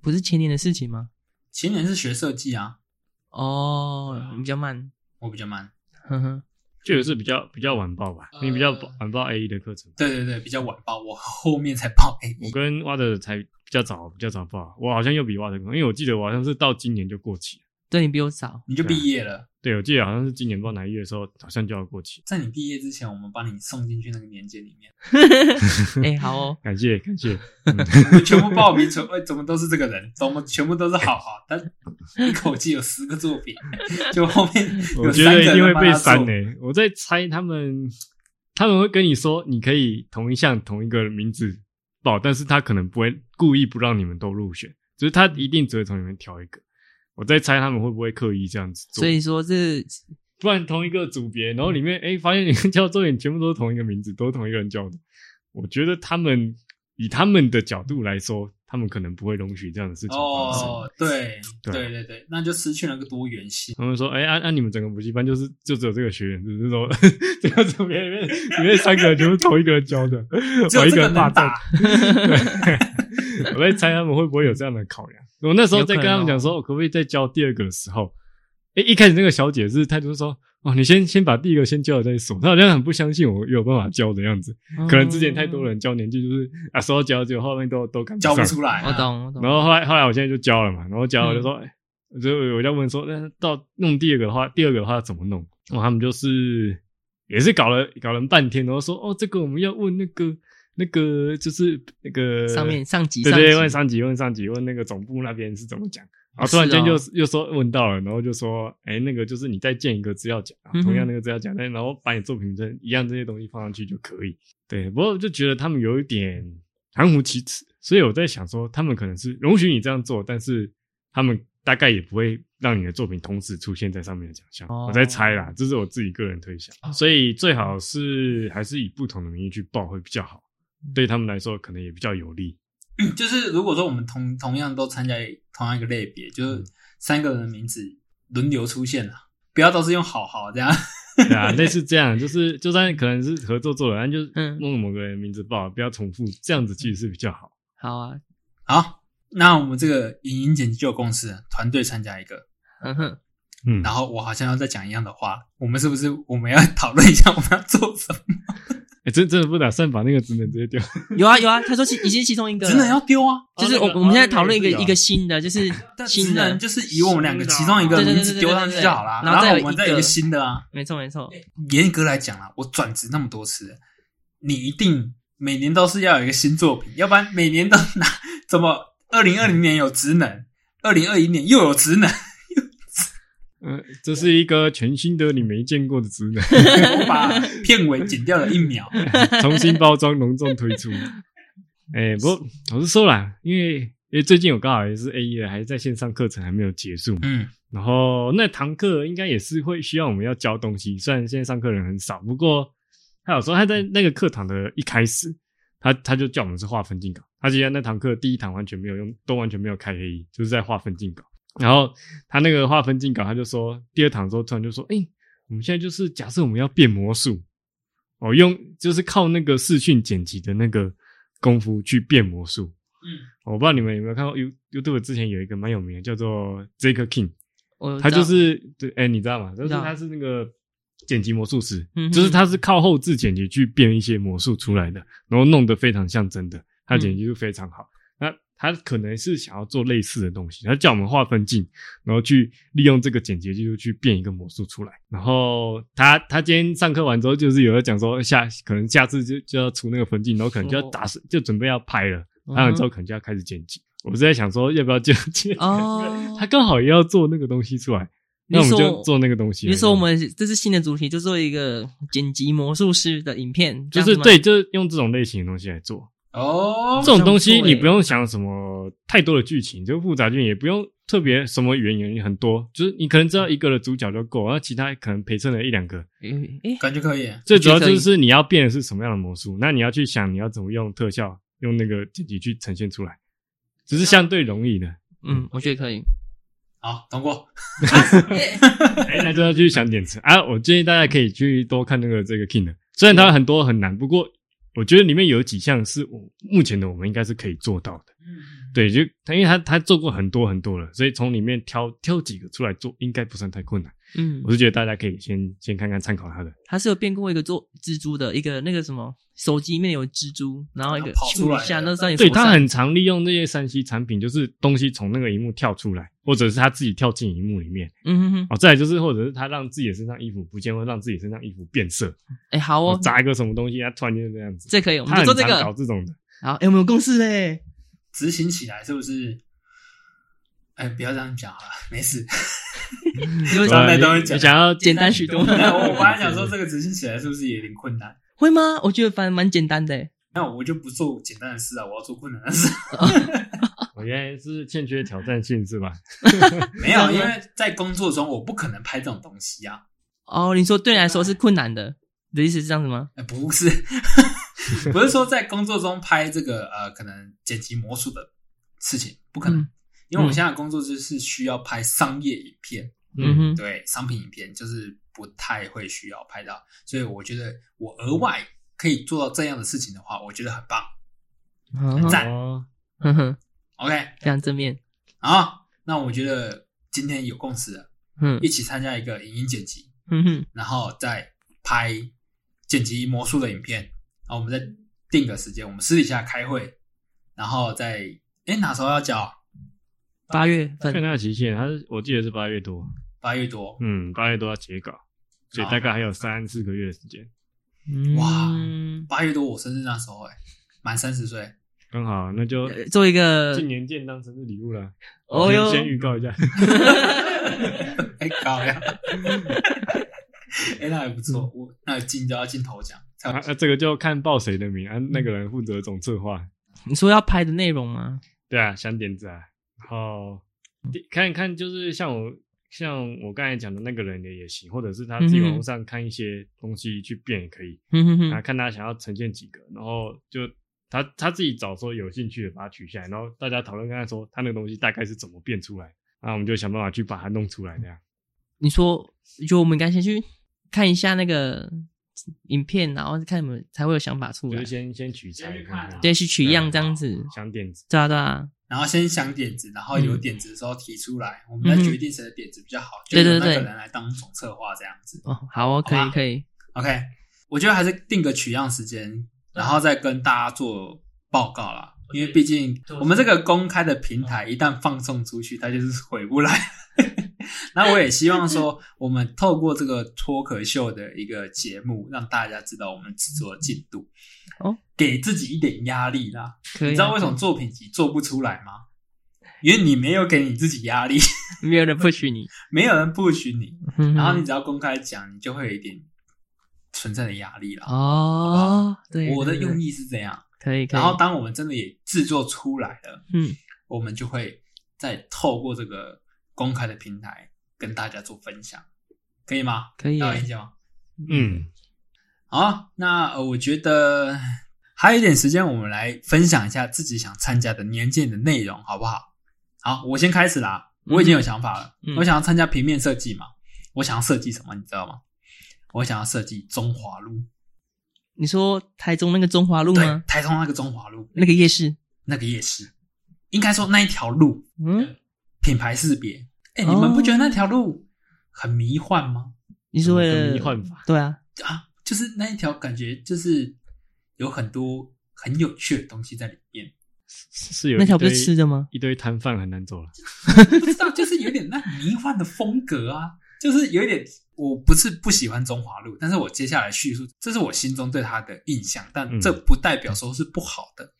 [SPEAKER 2] 不是前年的事情吗？
[SPEAKER 1] 前年是学设计啊，
[SPEAKER 2] 哦，比较慢，
[SPEAKER 1] 我比较慢。
[SPEAKER 2] 呵呵。
[SPEAKER 3] 这个是比较比较晚报
[SPEAKER 2] 哦
[SPEAKER 3] 吧，你比较
[SPEAKER 1] 呃
[SPEAKER 3] 晚报 A E 的课程。
[SPEAKER 1] 对对对，比较晚报，我后面才报 A
[SPEAKER 3] 我
[SPEAKER 1] 一。
[SPEAKER 3] 跟挖的才比较早，比较早报。我好像又比挖的，因为我记得我好像是到今年就过期了。
[SPEAKER 2] 对你比我 早，
[SPEAKER 1] 你就毕业了，
[SPEAKER 3] 对，我记得好像是今年不知道哪一月的时候，好像就要过期。
[SPEAKER 1] 在你毕业之前，我们把你送进去那个年鉴里面，
[SPEAKER 2] 哎、好哦，
[SPEAKER 3] 感谢感谢。嗯
[SPEAKER 1] 我们全部报名，全 哎怎么都是这个人，怎么全部都是好好，但一口气有十个作品，就后面
[SPEAKER 3] 我
[SPEAKER 1] 有
[SPEAKER 3] 觉
[SPEAKER 1] 三
[SPEAKER 3] 得
[SPEAKER 1] 个
[SPEAKER 3] 一定
[SPEAKER 1] 人
[SPEAKER 3] 会
[SPEAKER 1] 帮
[SPEAKER 3] 被
[SPEAKER 1] 他做哦
[SPEAKER 3] 删呢、欸我在猜他们，他们会跟你说，你可以同一项同一个名字报，但是他可能不会故意不让你们都入选，就是他一定只会从里面挑一个。我在猜他们会不会刻意这样子做，
[SPEAKER 2] 所以说这
[SPEAKER 3] 不然同一个组别，然后里面哎、诶发现你们叫重点全部都是同一个名字，都是同一个人叫的。我觉得他们以他们的角度来说，他们可能不会容许这样的事情发生。
[SPEAKER 1] 哦，对，
[SPEAKER 3] 对
[SPEAKER 1] 对对对，那就失去了那个多元性。
[SPEAKER 3] 他们说：“哎、按、按、你们整个补习班就是就只有这个学员，就是说这个组别里面里面三个人就是同一个人教的，
[SPEAKER 1] 只有
[SPEAKER 3] 我一
[SPEAKER 1] 这个
[SPEAKER 3] 人霸
[SPEAKER 1] 能
[SPEAKER 3] 占。
[SPEAKER 1] 打，
[SPEAKER 3] 对”我在猜他们会不会有这样的考量。我那时候在跟他
[SPEAKER 1] 哦
[SPEAKER 3] 们
[SPEAKER 2] 有可
[SPEAKER 3] 讲
[SPEAKER 2] 能
[SPEAKER 3] 说，我可不可以再教第二个的时候，哎、一开始那个小姐是她就是说：“哦，你先先把第一个先教了再说。”她好像很不相信我有办法教的样子，可能之前太多人教年纪就是啊，说教教后面都都赶
[SPEAKER 1] 嗯教
[SPEAKER 3] 上
[SPEAKER 1] 不出来、啊
[SPEAKER 2] 嗯，我。懂我懂。
[SPEAKER 3] 然后后来后来我现在就教了嘛，然后教了就
[SPEAKER 2] 嗯
[SPEAKER 3] 说，哎我就我就问说，那到弄第二个的话，第二个的话怎么弄？然后他们就是也是搞了搞了半天，然后说哦，这个我们要问那个那个就是那个
[SPEAKER 2] 上面上级
[SPEAKER 3] 对对，问
[SPEAKER 2] 上
[SPEAKER 3] 上级问上级问那个总部那边是怎么讲。然
[SPEAKER 2] 哦
[SPEAKER 3] 后突然间
[SPEAKER 2] 是哦
[SPEAKER 3] 就又说问到了，然后就说，哎，那个就是你再建一个资料夹，
[SPEAKER 2] 嗯哼
[SPEAKER 3] 同样那个资料夹，但然后把你作品这一样这些东西放上去就可以。对，不过我就觉得他们有一点含糊其辞，所以我在想说，他们可能是容许你这样做，但是他们大概也不会让你的作品同时出现在上面的奖项。
[SPEAKER 2] 哦嗯
[SPEAKER 3] 我在猜啦，这是我自己个人推想，所以最好是还是以不同的名义去报会比较好，对他们来说可能也比较有利。
[SPEAKER 1] 就是如果说我们同同样都参加同样一个类别，就是三个人的名字轮流出现了，不要都是用好好这样。
[SPEAKER 3] 对啊，类似这样，就是就算可能是合作做了，但就是
[SPEAKER 2] 嗯
[SPEAKER 3] 用某个人的名字报，不要重复，这样子其实是比较好。
[SPEAKER 2] 好啊，
[SPEAKER 1] 好，那我们这个影音剪辑就有共识了，团队参加一个，
[SPEAKER 2] 嗯哼，
[SPEAKER 3] 嗯，
[SPEAKER 1] 然后我好像要再讲一样的话，我们是不是我们要讨论一下我们要做什么？
[SPEAKER 3] 诶哎真真的不打算把那个职能直接 掉。
[SPEAKER 2] 有啊有啊，他说其已经其中一个了
[SPEAKER 1] 职能要丢啊，
[SPEAKER 2] 就是我
[SPEAKER 3] 哦那个
[SPEAKER 2] 我们现在讨论一个
[SPEAKER 3] 哦那个也是有
[SPEAKER 2] 一个新的，就是
[SPEAKER 1] 但职
[SPEAKER 2] 新的
[SPEAKER 1] 能，就是以我们两个
[SPEAKER 3] 新的啊
[SPEAKER 1] 其中一个
[SPEAKER 2] 对对对
[SPEAKER 1] 名字丢上去就好啦，
[SPEAKER 2] 对对对对对然
[SPEAKER 1] 然
[SPEAKER 2] 后再
[SPEAKER 1] 后
[SPEAKER 2] 有
[SPEAKER 1] 我们再有一
[SPEAKER 2] 一
[SPEAKER 1] 个
[SPEAKER 2] 个
[SPEAKER 1] 新的啊。
[SPEAKER 2] 没错没错，
[SPEAKER 1] 严格来讲啦，啊我转职那么多次了，你一定每年都是要有一个新作品，要不然每年都拿 怎么？二零二零年有职能，二零二一年又有职能，
[SPEAKER 3] 嗯、这是一个全新的你没见过的职能，
[SPEAKER 1] 我把片尾剪掉了一秒。
[SPEAKER 3] 重新包装，隆重推出。哎、不过我是说啦，因为因为最近我刚好也是 A E 的，还在线上课程还没有结束嘛。
[SPEAKER 1] 嗯，
[SPEAKER 3] 然后那堂课应该也是会需要我们要教东西，虽然现在上课人很少，不过他有时候他在那个课堂的一开始，他他就叫我们是画分镜稿，他其实那堂课第一堂完全没有用，都完全没有开黑衣，就是在画分镜稿。然后他那个画分镜稿，他就说第二堂之后突然就说，哎、我们现在就是假设我们要变魔术，哦，用就是靠那个视讯剪辑的那个功夫去变魔术。哦
[SPEAKER 1] 嗯，
[SPEAKER 3] 我不知道你们有没有看过 You YouTube 之前有一个蛮有名的叫做 Jake King。
[SPEAKER 2] 我
[SPEAKER 3] 他
[SPEAKER 2] 知道
[SPEAKER 3] 就是对，哎、你知道吗？就是
[SPEAKER 2] 知道
[SPEAKER 3] 他是那个剪辑魔术师，
[SPEAKER 2] 嗯哼
[SPEAKER 3] 就是他是靠后置剪辑去变一些魔术出来的，然后弄得非常像真的，他
[SPEAKER 2] 嗯
[SPEAKER 3] 剪辑就非常好。那他可能是想要做类似的东西，他叫我们画分镜，然后去利用这个剪辑技术去变一个魔术出来。然后他他今天上课完之后，就是有在讲说下可能下次就就要出那个分镜，然后可能就要
[SPEAKER 2] 哦
[SPEAKER 3] 打算就准备要拍了，
[SPEAKER 2] 嗯哼
[SPEAKER 3] 拍完之后可能就要开始剪辑。我是在想说要不要就 就
[SPEAKER 2] 哦，
[SPEAKER 3] 他刚好也要做那个东西出来，那我们就做那个东西。
[SPEAKER 2] 比如说我们这是新的主题，就做一个剪辑魔术师的影片，这样
[SPEAKER 3] 就
[SPEAKER 2] 子
[SPEAKER 3] 是
[SPEAKER 2] 吗
[SPEAKER 3] 对，就是用这种类型的东西来做。
[SPEAKER 1] 哦
[SPEAKER 3] 这，种东
[SPEAKER 2] 好
[SPEAKER 3] 西
[SPEAKER 2] 像不错
[SPEAKER 3] 你
[SPEAKER 2] 欸
[SPEAKER 3] 不用想什么太多的剧情，就复杂剧情也不用特别什么原因很多，就是你可能知道一个的主角就够，然后其他可能陪衬了一两个。
[SPEAKER 2] 诶诶
[SPEAKER 1] 感觉可以。
[SPEAKER 3] 最主要
[SPEAKER 2] 我觉
[SPEAKER 3] 就
[SPEAKER 2] 得可
[SPEAKER 3] 是你要变的是什么样的魔术，那你要去想你要怎么用特效、用那个剪辑去呈现出来，只是相对容易的。
[SPEAKER 2] 嗯，我觉得可以。
[SPEAKER 1] 好，通过。
[SPEAKER 3] 哎，那就要去想点词啊！我建议大家可以去多看那个这个 King 的，虽然它很多很难，不过我觉得里面有几项是我目前的我们应该是可以做到的。
[SPEAKER 2] 嗯
[SPEAKER 3] 对，就他因为他他做过很多很多了，所以从里面挑挑几个出来做，应该不算太困难。
[SPEAKER 2] 嗯
[SPEAKER 3] 我，是觉得大家可以先先看看参考他的，
[SPEAKER 2] 他是有变过一个做蜘蛛的一个那个什么手机里面有蜘蛛，然后一个
[SPEAKER 1] 跑出来
[SPEAKER 2] 咻一下，
[SPEAKER 1] 了
[SPEAKER 2] 那算你
[SPEAKER 3] 对
[SPEAKER 2] 手上
[SPEAKER 3] 他很常利用那些三 C 产品，就是东西从那个荧幕跳出来，或者是他自己跳进荧幕里面。
[SPEAKER 2] 嗯哼哼，
[SPEAKER 3] 哦，再来就是或者是他让自己的身上衣服不见，或者让自己身上衣服变色，
[SPEAKER 2] 哎好
[SPEAKER 3] 哦
[SPEAKER 2] 哦，，
[SPEAKER 3] 砸一个什么东西，他突然间就这样子。
[SPEAKER 2] 这可以，我
[SPEAKER 3] 他
[SPEAKER 2] 们就
[SPEAKER 3] 很
[SPEAKER 2] 做这
[SPEAKER 3] 常
[SPEAKER 2] 个。
[SPEAKER 3] 搞这种的。
[SPEAKER 2] 好，哎我们有共识 嘞。
[SPEAKER 1] 执行起来是不是？哎，不要这样讲好了， 没 事。
[SPEAKER 2] 就是
[SPEAKER 1] 对啊
[SPEAKER 2] 说
[SPEAKER 1] 那都是
[SPEAKER 3] 你
[SPEAKER 1] 简
[SPEAKER 3] 你想要
[SPEAKER 2] 简单许多
[SPEAKER 1] 我本来想说这个执行起来是不是也有点困难？
[SPEAKER 2] 会吗？我觉得反正蛮简单的欸。
[SPEAKER 1] 那我就不做简单的事啊，我要做困难的 事。
[SPEAKER 3] 我原来是欠缺挑战性是吧？
[SPEAKER 1] 没有，因为在工作中我不可能拍这种东西啊。
[SPEAKER 2] 哦，你说对你来说是困难的，你的意思是这样子吗？
[SPEAKER 1] 呃不 是，不是说在工作中拍这个呃，可能剪辑魔术的事情，不可能，
[SPEAKER 2] 嗯
[SPEAKER 1] 因为我们现在的工作就是需要拍商业影片，
[SPEAKER 2] 嗯哼，
[SPEAKER 1] 对商品影片，就是不太会需要拍到，所以我觉得我额外可以做到这样的事情的话，我觉得很棒。嗯
[SPEAKER 2] 哦
[SPEAKER 1] 赞
[SPEAKER 3] 哦，
[SPEAKER 2] 哼嗯哼，
[SPEAKER 1] OK，
[SPEAKER 2] 非常正面，
[SPEAKER 1] 好，那我觉得今天有共识了，
[SPEAKER 2] 嗯
[SPEAKER 1] 一起参加一个影音剪辑，
[SPEAKER 2] 嗯哼，
[SPEAKER 1] 然后再拍剪辑魔术的影片，然后我们再定个时间，我们私底下开会，然后再哎哪时候要交？
[SPEAKER 2] 八月
[SPEAKER 3] 看
[SPEAKER 2] 份，
[SPEAKER 3] 他的期限，他是我记得是八月多，
[SPEAKER 1] 八月多，
[SPEAKER 3] 嗯，八月多要截稿，所以大概还有三四个月的时间，
[SPEAKER 2] 嗯
[SPEAKER 1] 哇八月多我生日那时候哎、满三十岁，
[SPEAKER 3] 刚好那就
[SPEAKER 2] 呃做一个，
[SPEAKER 3] 今年见当生日礼物了。
[SPEAKER 2] 哦
[SPEAKER 3] 先
[SPEAKER 2] 哟，
[SPEAKER 3] 先预告一下，
[SPEAKER 1] 哎搞呀，哎那还不
[SPEAKER 2] 嗯
[SPEAKER 1] 错，我那进就要进头奖，才有
[SPEAKER 3] 啊，啊这个就看报谁的名啊，那个人负责总策划，
[SPEAKER 2] 你说要拍的内容吗？
[SPEAKER 3] 对啊，想点子啊，然后第看一看，就是像我像我刚才讲的那个人的也行，或者是他自己网络上看一些东西去变也可以，
[SPEAKER 2] 嗯哼
[SPEAKER 3] 啊，
[SPEAKER 2] 哼，
[SPEAKER 3] 看他想要呈现几个，然后就他他自己找说有兴趣的把它取下来，然后大家讨论看看说他那个东西大概是怎么变出来，那我们就想办法去把它弄出来这样。
[SPEAKER 2] 嗯你说，就我们该先去看一下那个影片，然后看你们才会有想法出
[SPEAKER 3] 就
[SPEAKER 2] 来
[SPEAKER 3] 是，先先取材
[SPEAKER 1] 先去
[SPEAKER 3] 看
[SPEAKER 1] 看啊
[SPEAKER 3] 看，
[SPEAKER 2] 对，去取样这样子，
[SPEAKER 3] 想点子，
[SPEAKER 2] 对啊对啊，
[SPEAKER 1] 然后先想点子，然后有
[SPEAKER 2] 嗯
[SPEAKER 1] 点子的时候提出来，我们再决定谁的点子比较好，就
[SPEAKER 2] 对
[SPEAKER 1] 由
[SPEAKER 2] 对
[SPEAKER 1] 那个
[SPEAKER 2] 对
[SPEAKER 1] 人来当总策划这样子。
[SPEAKER 2] 哦，好哦，可
[SPEAKER 1] 好吧啊
[SPEAKER 2] 以可以，
[SPEAKER 1] OK，我觉得还是定个取样时间，然后再跟大家做报告啦。因为毕竟我们这个公开的平台一旦放送出去，它就是回不来。 那我也希望说，我们透过这个脱口秀的一个节目，让大家知道我们制作的进度，
[SPEAKER 2] 哦，
[SPEAKER 1] 给自己一点压力啦。
[SPEAKER 2] 可以
[SPEAKER 1] 你
[SPEAKER 2] 啊，
[SPEAKER 1] 知道为什么作品集做不出来吗？因为你没有给你自己压力，
[SPEAKER 2] 没有人 push 你，
[SPEAKER 1] 没有人不许你，
[SPEAKER 2] 嗯哼
[SPEAKER 1] 然后你只要公开讲，你就会有一点存在的压力啦。
[SPEAKER 2] 哦，对，
[SPEAKER 1] 我的
[SPEAKER 2] 对对
[SPEAKER 1] 用意是这样。
[SPEAKER 2] 可以，可以
[SPEAKER 1] 然后，当我们真的也制作出来了，
[SPEAKER 2] 嗯，
[SPEAKER 1] 我们就会再透过这个公开的平台跟大家做分享，可以吗？
[SPEAKER 2] 可以耶，
[SPEAKER 1] 大家有意见吗？
[SPEAKER 3] 嗯，
[SPEAKER 1] 好，那呃我觉得还有一点时间，我们来分享一下自己想参加的年鉴的内容，好不好？好，我先开始啦。我已经有想法了，
[SPEAKER 2] 嗯
[SPEAKER 1] 我想要参加平面设计嘛，我想要设计什么，你知道吗？我想要设计中华路，
[SPEAKER 2] 你说台中那个中华路
[SPEAKER 1] 对
[SPEAKER 2] 吗？，
[SPEAKER 1] 台中那个中华路
[SPEAKER 2] 那个夜市，
[SPEAKER 1] 那个夜市，应该说那一条路
[SPEAKER 2] 嗯，
[SPEAKER 1] 品牌识别。哎、
[SPEAKER 2] 哦
[SPEAKER 1] 你们不觉得那条路很迷幻吗？
[SPEAKER 2] 你是为
[SPEAKER 3] 跟
[SPEAKER 2] 了
[SPEAKER 3] 迷幻法
[SPEAKER 2] 对啊，
[SPEAKER 1] 啊，就是那一条感觉就是有很多很有趣的东西在里面，
[SPEAKER 3] 是是有
[SPEAKER 2] 那
[SPEAKER 3] 一
[SPEAKER 2] 条不是
[SPEAKER 3] 堆
[SPEAKER 2] 吃的吗？
[SPEAKER 3] 一堆摊贩很难走了。
[SPEAKER 1] 不知道就是有点那迷幻的风格啊，就是有一点。我不是不喜欢中华路，但是我接下来叙述，这是我心中对它的印象，但
[SPEAKER 3] 嗯
[SPEAKER 1] 这不代表说是不好的。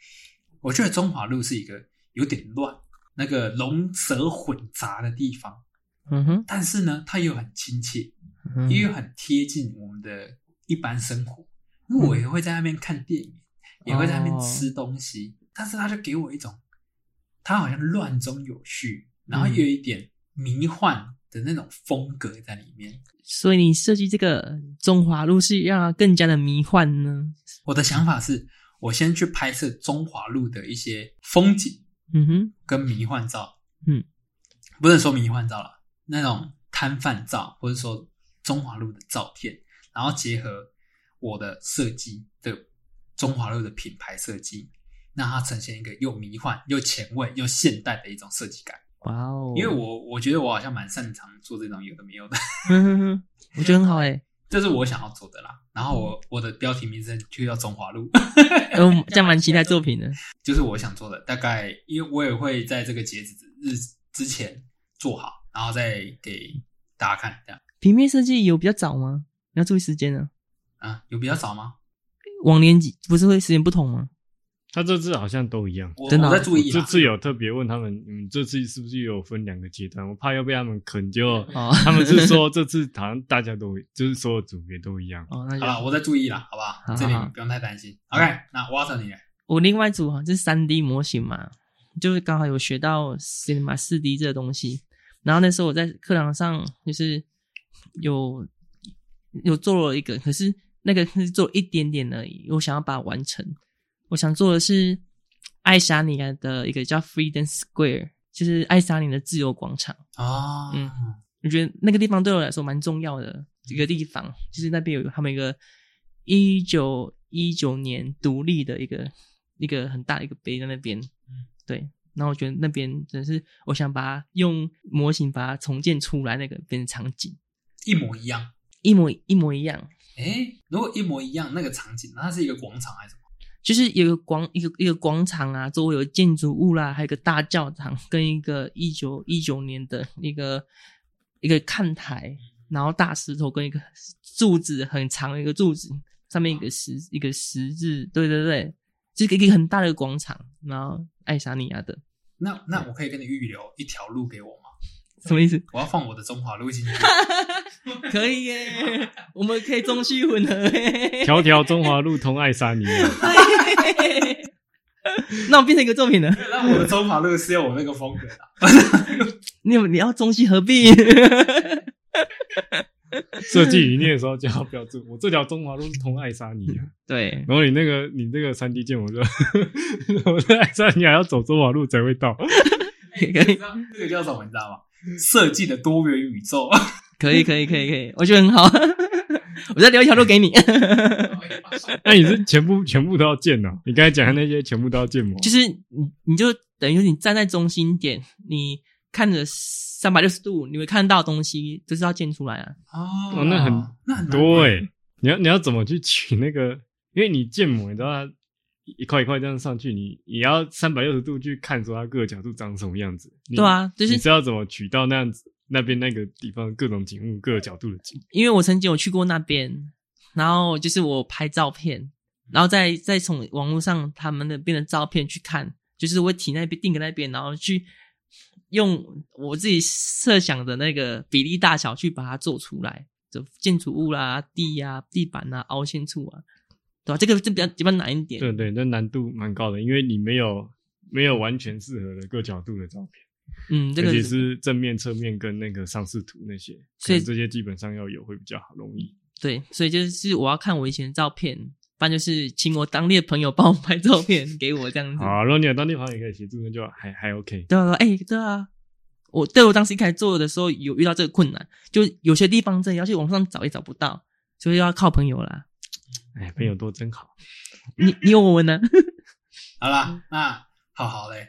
[SPEAKER 1] 我觉得中华路是一个有点乱、那个龙蛇混杂的地方，
[SPEAKER 2] 嗯哼，
[SPEAKER 1] 但是呢，它又很亲切。
[SPEAKER 2] 嗯
[SPEAKER 1] 因为很贴近我们的一般生活。因为我也会在那边看电影，也会在那边吃东西，但是他就给我一种，他好像乱中有序，然后又有一点迷幻的那种风格在里面。
[SPEAKER 2] 所以你设计这个中华路是让它更加的迷幻呢？
[SPEAKER 1] 我的想法是，我先去拍摄中华路的一些风景
[SPEAKER 2] 嗯哼，
[SPEAKER 1] 跟迷幻照，
[SPEAKER 2] 嗯，
[SPEAKER 1] 不能说迷幻照了，那种摊贩照，或者说中华路的照片，然后结合我的设计的中华路的品牌设计，让它呈现一个又迷幻又前卫又现代的一种设计感。
[SPEAKER 2] 哇哦，
[SPEAKER 1] 因为我我觉得我好像蛮擅长做这种有的没有的，
[SPEAKER 2] 嗯哼哼，我觉得很好 哎，
[SPEAKER 1] 这是我想要做的啦。然后我我的标题名字就叫中华路。
[SPEAKER 2] 呃我这样蛮期待作品的。
[SPEAKER 1] 就是我想做的，大概因为我也会在这个截止日之前做好，然后再给大家看。这样
[SPEAKER 2] 平面设计有比较早吗？你要注意时间啊，
[SPEAKER 1] 啊，有比较早吗？
[SPEAKER 2] 往年几不是会时间不同吗？
[SPEAKER 3] 他这次好像都一样。
[SPEAKER 1] 我
[SPEAKER 2] 真的
[SPEAKER 1] 我
[SPEAKER 2] 啊
[SPEAKER 1] 在注意
[SPEAKER 3] 这
[SPEAKER 1] 啦。
[SPEAKER 3] 次有特别问他们，你们这次是不是有分两个阶段？我怕又被他们坑，就
[SPEAKER 2] 哦
[SPEAKER 3] 他们 是说这次好像大家都就是所有组别都一样。
[SPEAKER 2] 哦，
[SPEAKER 1] 好
[SPEAKER 2] 那就
[SPEAKER 1] 了，我在注意啦，好不好？
[SPEAKER 2] 好
[SPEAKER 1] 这里
[SPEAKER 2] 好好
[SPEAKER 1] 不用太担心。OK，那 Water 你来，
[SPEAKER 2] 我另外一组好像是三 D 模型嘛，就是刚好有学到 Cinema 四 D 这个东西。然后那时候我在课堂上就是有有做了一个，可是那个是做一点点而已。我想要把它完成，我想做的是爱沙尼亚的一个叫 Freedom Square，就是爱沙尼亚的自由广场。
[SPEAKER 1] 哦，
[SPEAKER 2] 嗯，我觉得那个地方对我来说蛮重要的一个地方，就是那边有他们一个一九一九年独立的一个一个很大的一个碑在那边，对。然后我觉得那边真的是，我想把它用模型把它重建出来，那个变成场景
[SPEAKER 1] 一模一样。
[SPEAKER 2] 一模一模一样，
[SPEAKER 1] 诶，如果一模一样那个场景，那它是一个广场还是什么？
[SPEAKER 2] 就是有一个广一个一个广场啊，周围有建筑物啦、还有一个大教堂跟一个一九一九年的一个一个看台，然后大石头跟一个柱子很长的一个柱子，上面一个十一个十字，对对对，就是一个很大的广场，然后爱沙尼亚的
[SPEAKER 1] 那那我可以跟你预留一条路给我吗？
[SPEAKER 2] 什么意思？
[SPEAKER 1] 我要放我的中华路进去。
[SPEAKER 2] 可以耶， 我们可以中西混 合耶，
[SPEAKER 3] 条条中华路通爱沙尼啊亚，
[SPEAKER 2] 对那我变成一个作品了，
[SPEAKER 1] 那我的中华路是有我那个风格的啊。
[SPEAKER 2] 你有你要中西合璧。
[SPEAKER 3] 设计理念的时候就要标注，我这条中华路是通爱沙尼 亚。
[SPEAKER 2] 对，
[SPEAKER 3] 然后你那个你那个三 D 建模就， 我在爱沙尼亚要走中华路才会到。
[SPEAKER 2] 可以。
[SPEAKER 1] 这个叫什么？你知道
[SPEAKER 2] 嗯
[SPEAKER 1] 吗？设计的多元宇 宙。
[SPEAKER 2] 可以，可以，可以，可以，我觉得很好。 我再留一条路给你，
[SPEAKER 3] 那你是全部全部都要建哦？你刚才讲的那些全部都要建模，
[SPEAKER 2] 就是你，你就等于你站在中心点，你看着三百六十度，你会看到的东西，就是要建出来啊。
[SPEAKER 1] 哦
[SPEAKER 3] 哦那很
[SPEAKER 1] 那很难欸
[SPEAKER 3] 多哎、你要你要怎么去取那个？因为你建模，你知道它一块一块这样上去，你你要三百六十度去看说它各个角度长什么样子。你
[SPEAKER 2] 对，啊，就
[SPEAKER 3] 你
[SPEAKER 2] 是
[SPEAKER 3] 知道怎么取到那样子那边那个地方各种景物各个角度的景。
[SPEAKER 2] 因为我曾经有去过那边，然后就是我拍照片，然后再再从网络上他们那边的照片去看，就是我体那边定格那边，然后去用我自己设想的那个比例大小去把它做出来，就建筑物啦、地呀、地板啊、凹陷处啊，对吧、这个就比较比较难一点。
[SPEAKER 3] 对对，那难度蛮高的，因为你没有没有完全适合的各角度的照片。
[SPEAKER 2] 嗯嗯，这个
[SPEAKER 3] 尤其是正面、侧面跟那个上视图那些，可
[SPEAKER 2] 所以
[SPEAKER 3] 能这些基本上要有会比较好容易。
[SPEAKER 2] 对，所以就是我要看我以前的照片，不然就是请我当地的朋友帮我拍照片给我这样子。
[SPEAKER 3] 好，啊如果你有当地朋友也可以协助，那就还还 OK。
[SPEAKER 2] 对啊，哎、对啊，我对我当时一开始做的时候有遇到这个困难，就有些地方真的要去网上找也找不到，所以要靠朋友啦。
[SPEAKER 3] 哎，朋
[SPEAKER 2] 嗯
[SPEAKER 3] 友多真好。
[SPEAKER 2] 你你有我们呢？
[SPEAKER 1] 好啦，那好好嘞。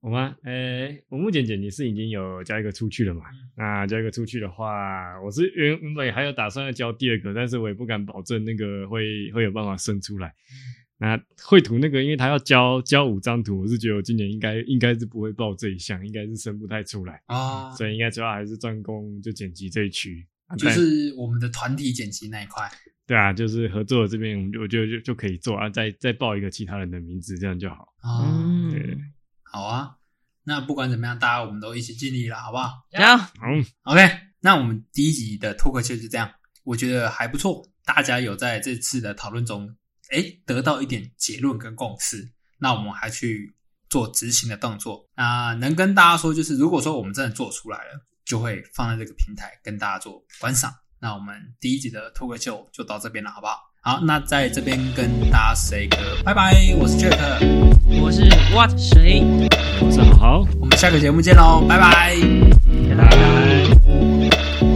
[SPEAKER 3] 我吗？呃，我目前剪辑是已经有加一个出去了嘛？
[SPEAKER 1] 嗯
[SPEAKER 3] 那加一个出去的话，我是原原本还有打算要交第二个，但是我也不敢保证那个会会有办法生出来。
[SPEAKER 1] 嗯
[SPEAKER 3] 那绘图那个，因为他要交交五张图，我是觉得我今年应该应该是不会报这一项，应该是生不太出来，
[SPEAKER 1] 哦，
[SPEAKER 3] 所以应该主要还是专攻就剪辑这一区。啊
[SPEAKER 1] 就
[SPEAKER 3] 但
[SPEAKER 1] 是我们的团体剪辑那一块。
[SPEAKER 3] 对啊，就是合作的这边，我们就我就就就可以做啊，再再报一个其他人的名字，这样就好。
[SPEAKER 1] 哦，
[SPEAKER 2] 嗯，
[SPEAKER 1] 好啊。那不管怎么样，大家我们都一起尽力了，好不好
[SPEAKER 2] 然后
[SPEAKER 3] 嗯，
[SPEAKER 1] ？OK，那我们第一集的脱口秀就这样，我觉得还不错。大家有在这次的讨论中，哎，得到一点结论跟共识。那我们还去做执行的动作。那能跟大家说，就是如果说我们真的做出来了，就会放在这个平台跟大家做观赏。那我们第一集的脱口秀就到这边了，好不好？好，那在这边跟大家 say 个拜拜，我是 Jack，
[SPEAKER 2] 我是 What 谁？
[SPEAKER 3] 我是好好，
[SPEAKER 1] 我们下个节目见喽，拜拜。
[SPEAKER 3] 拜拜。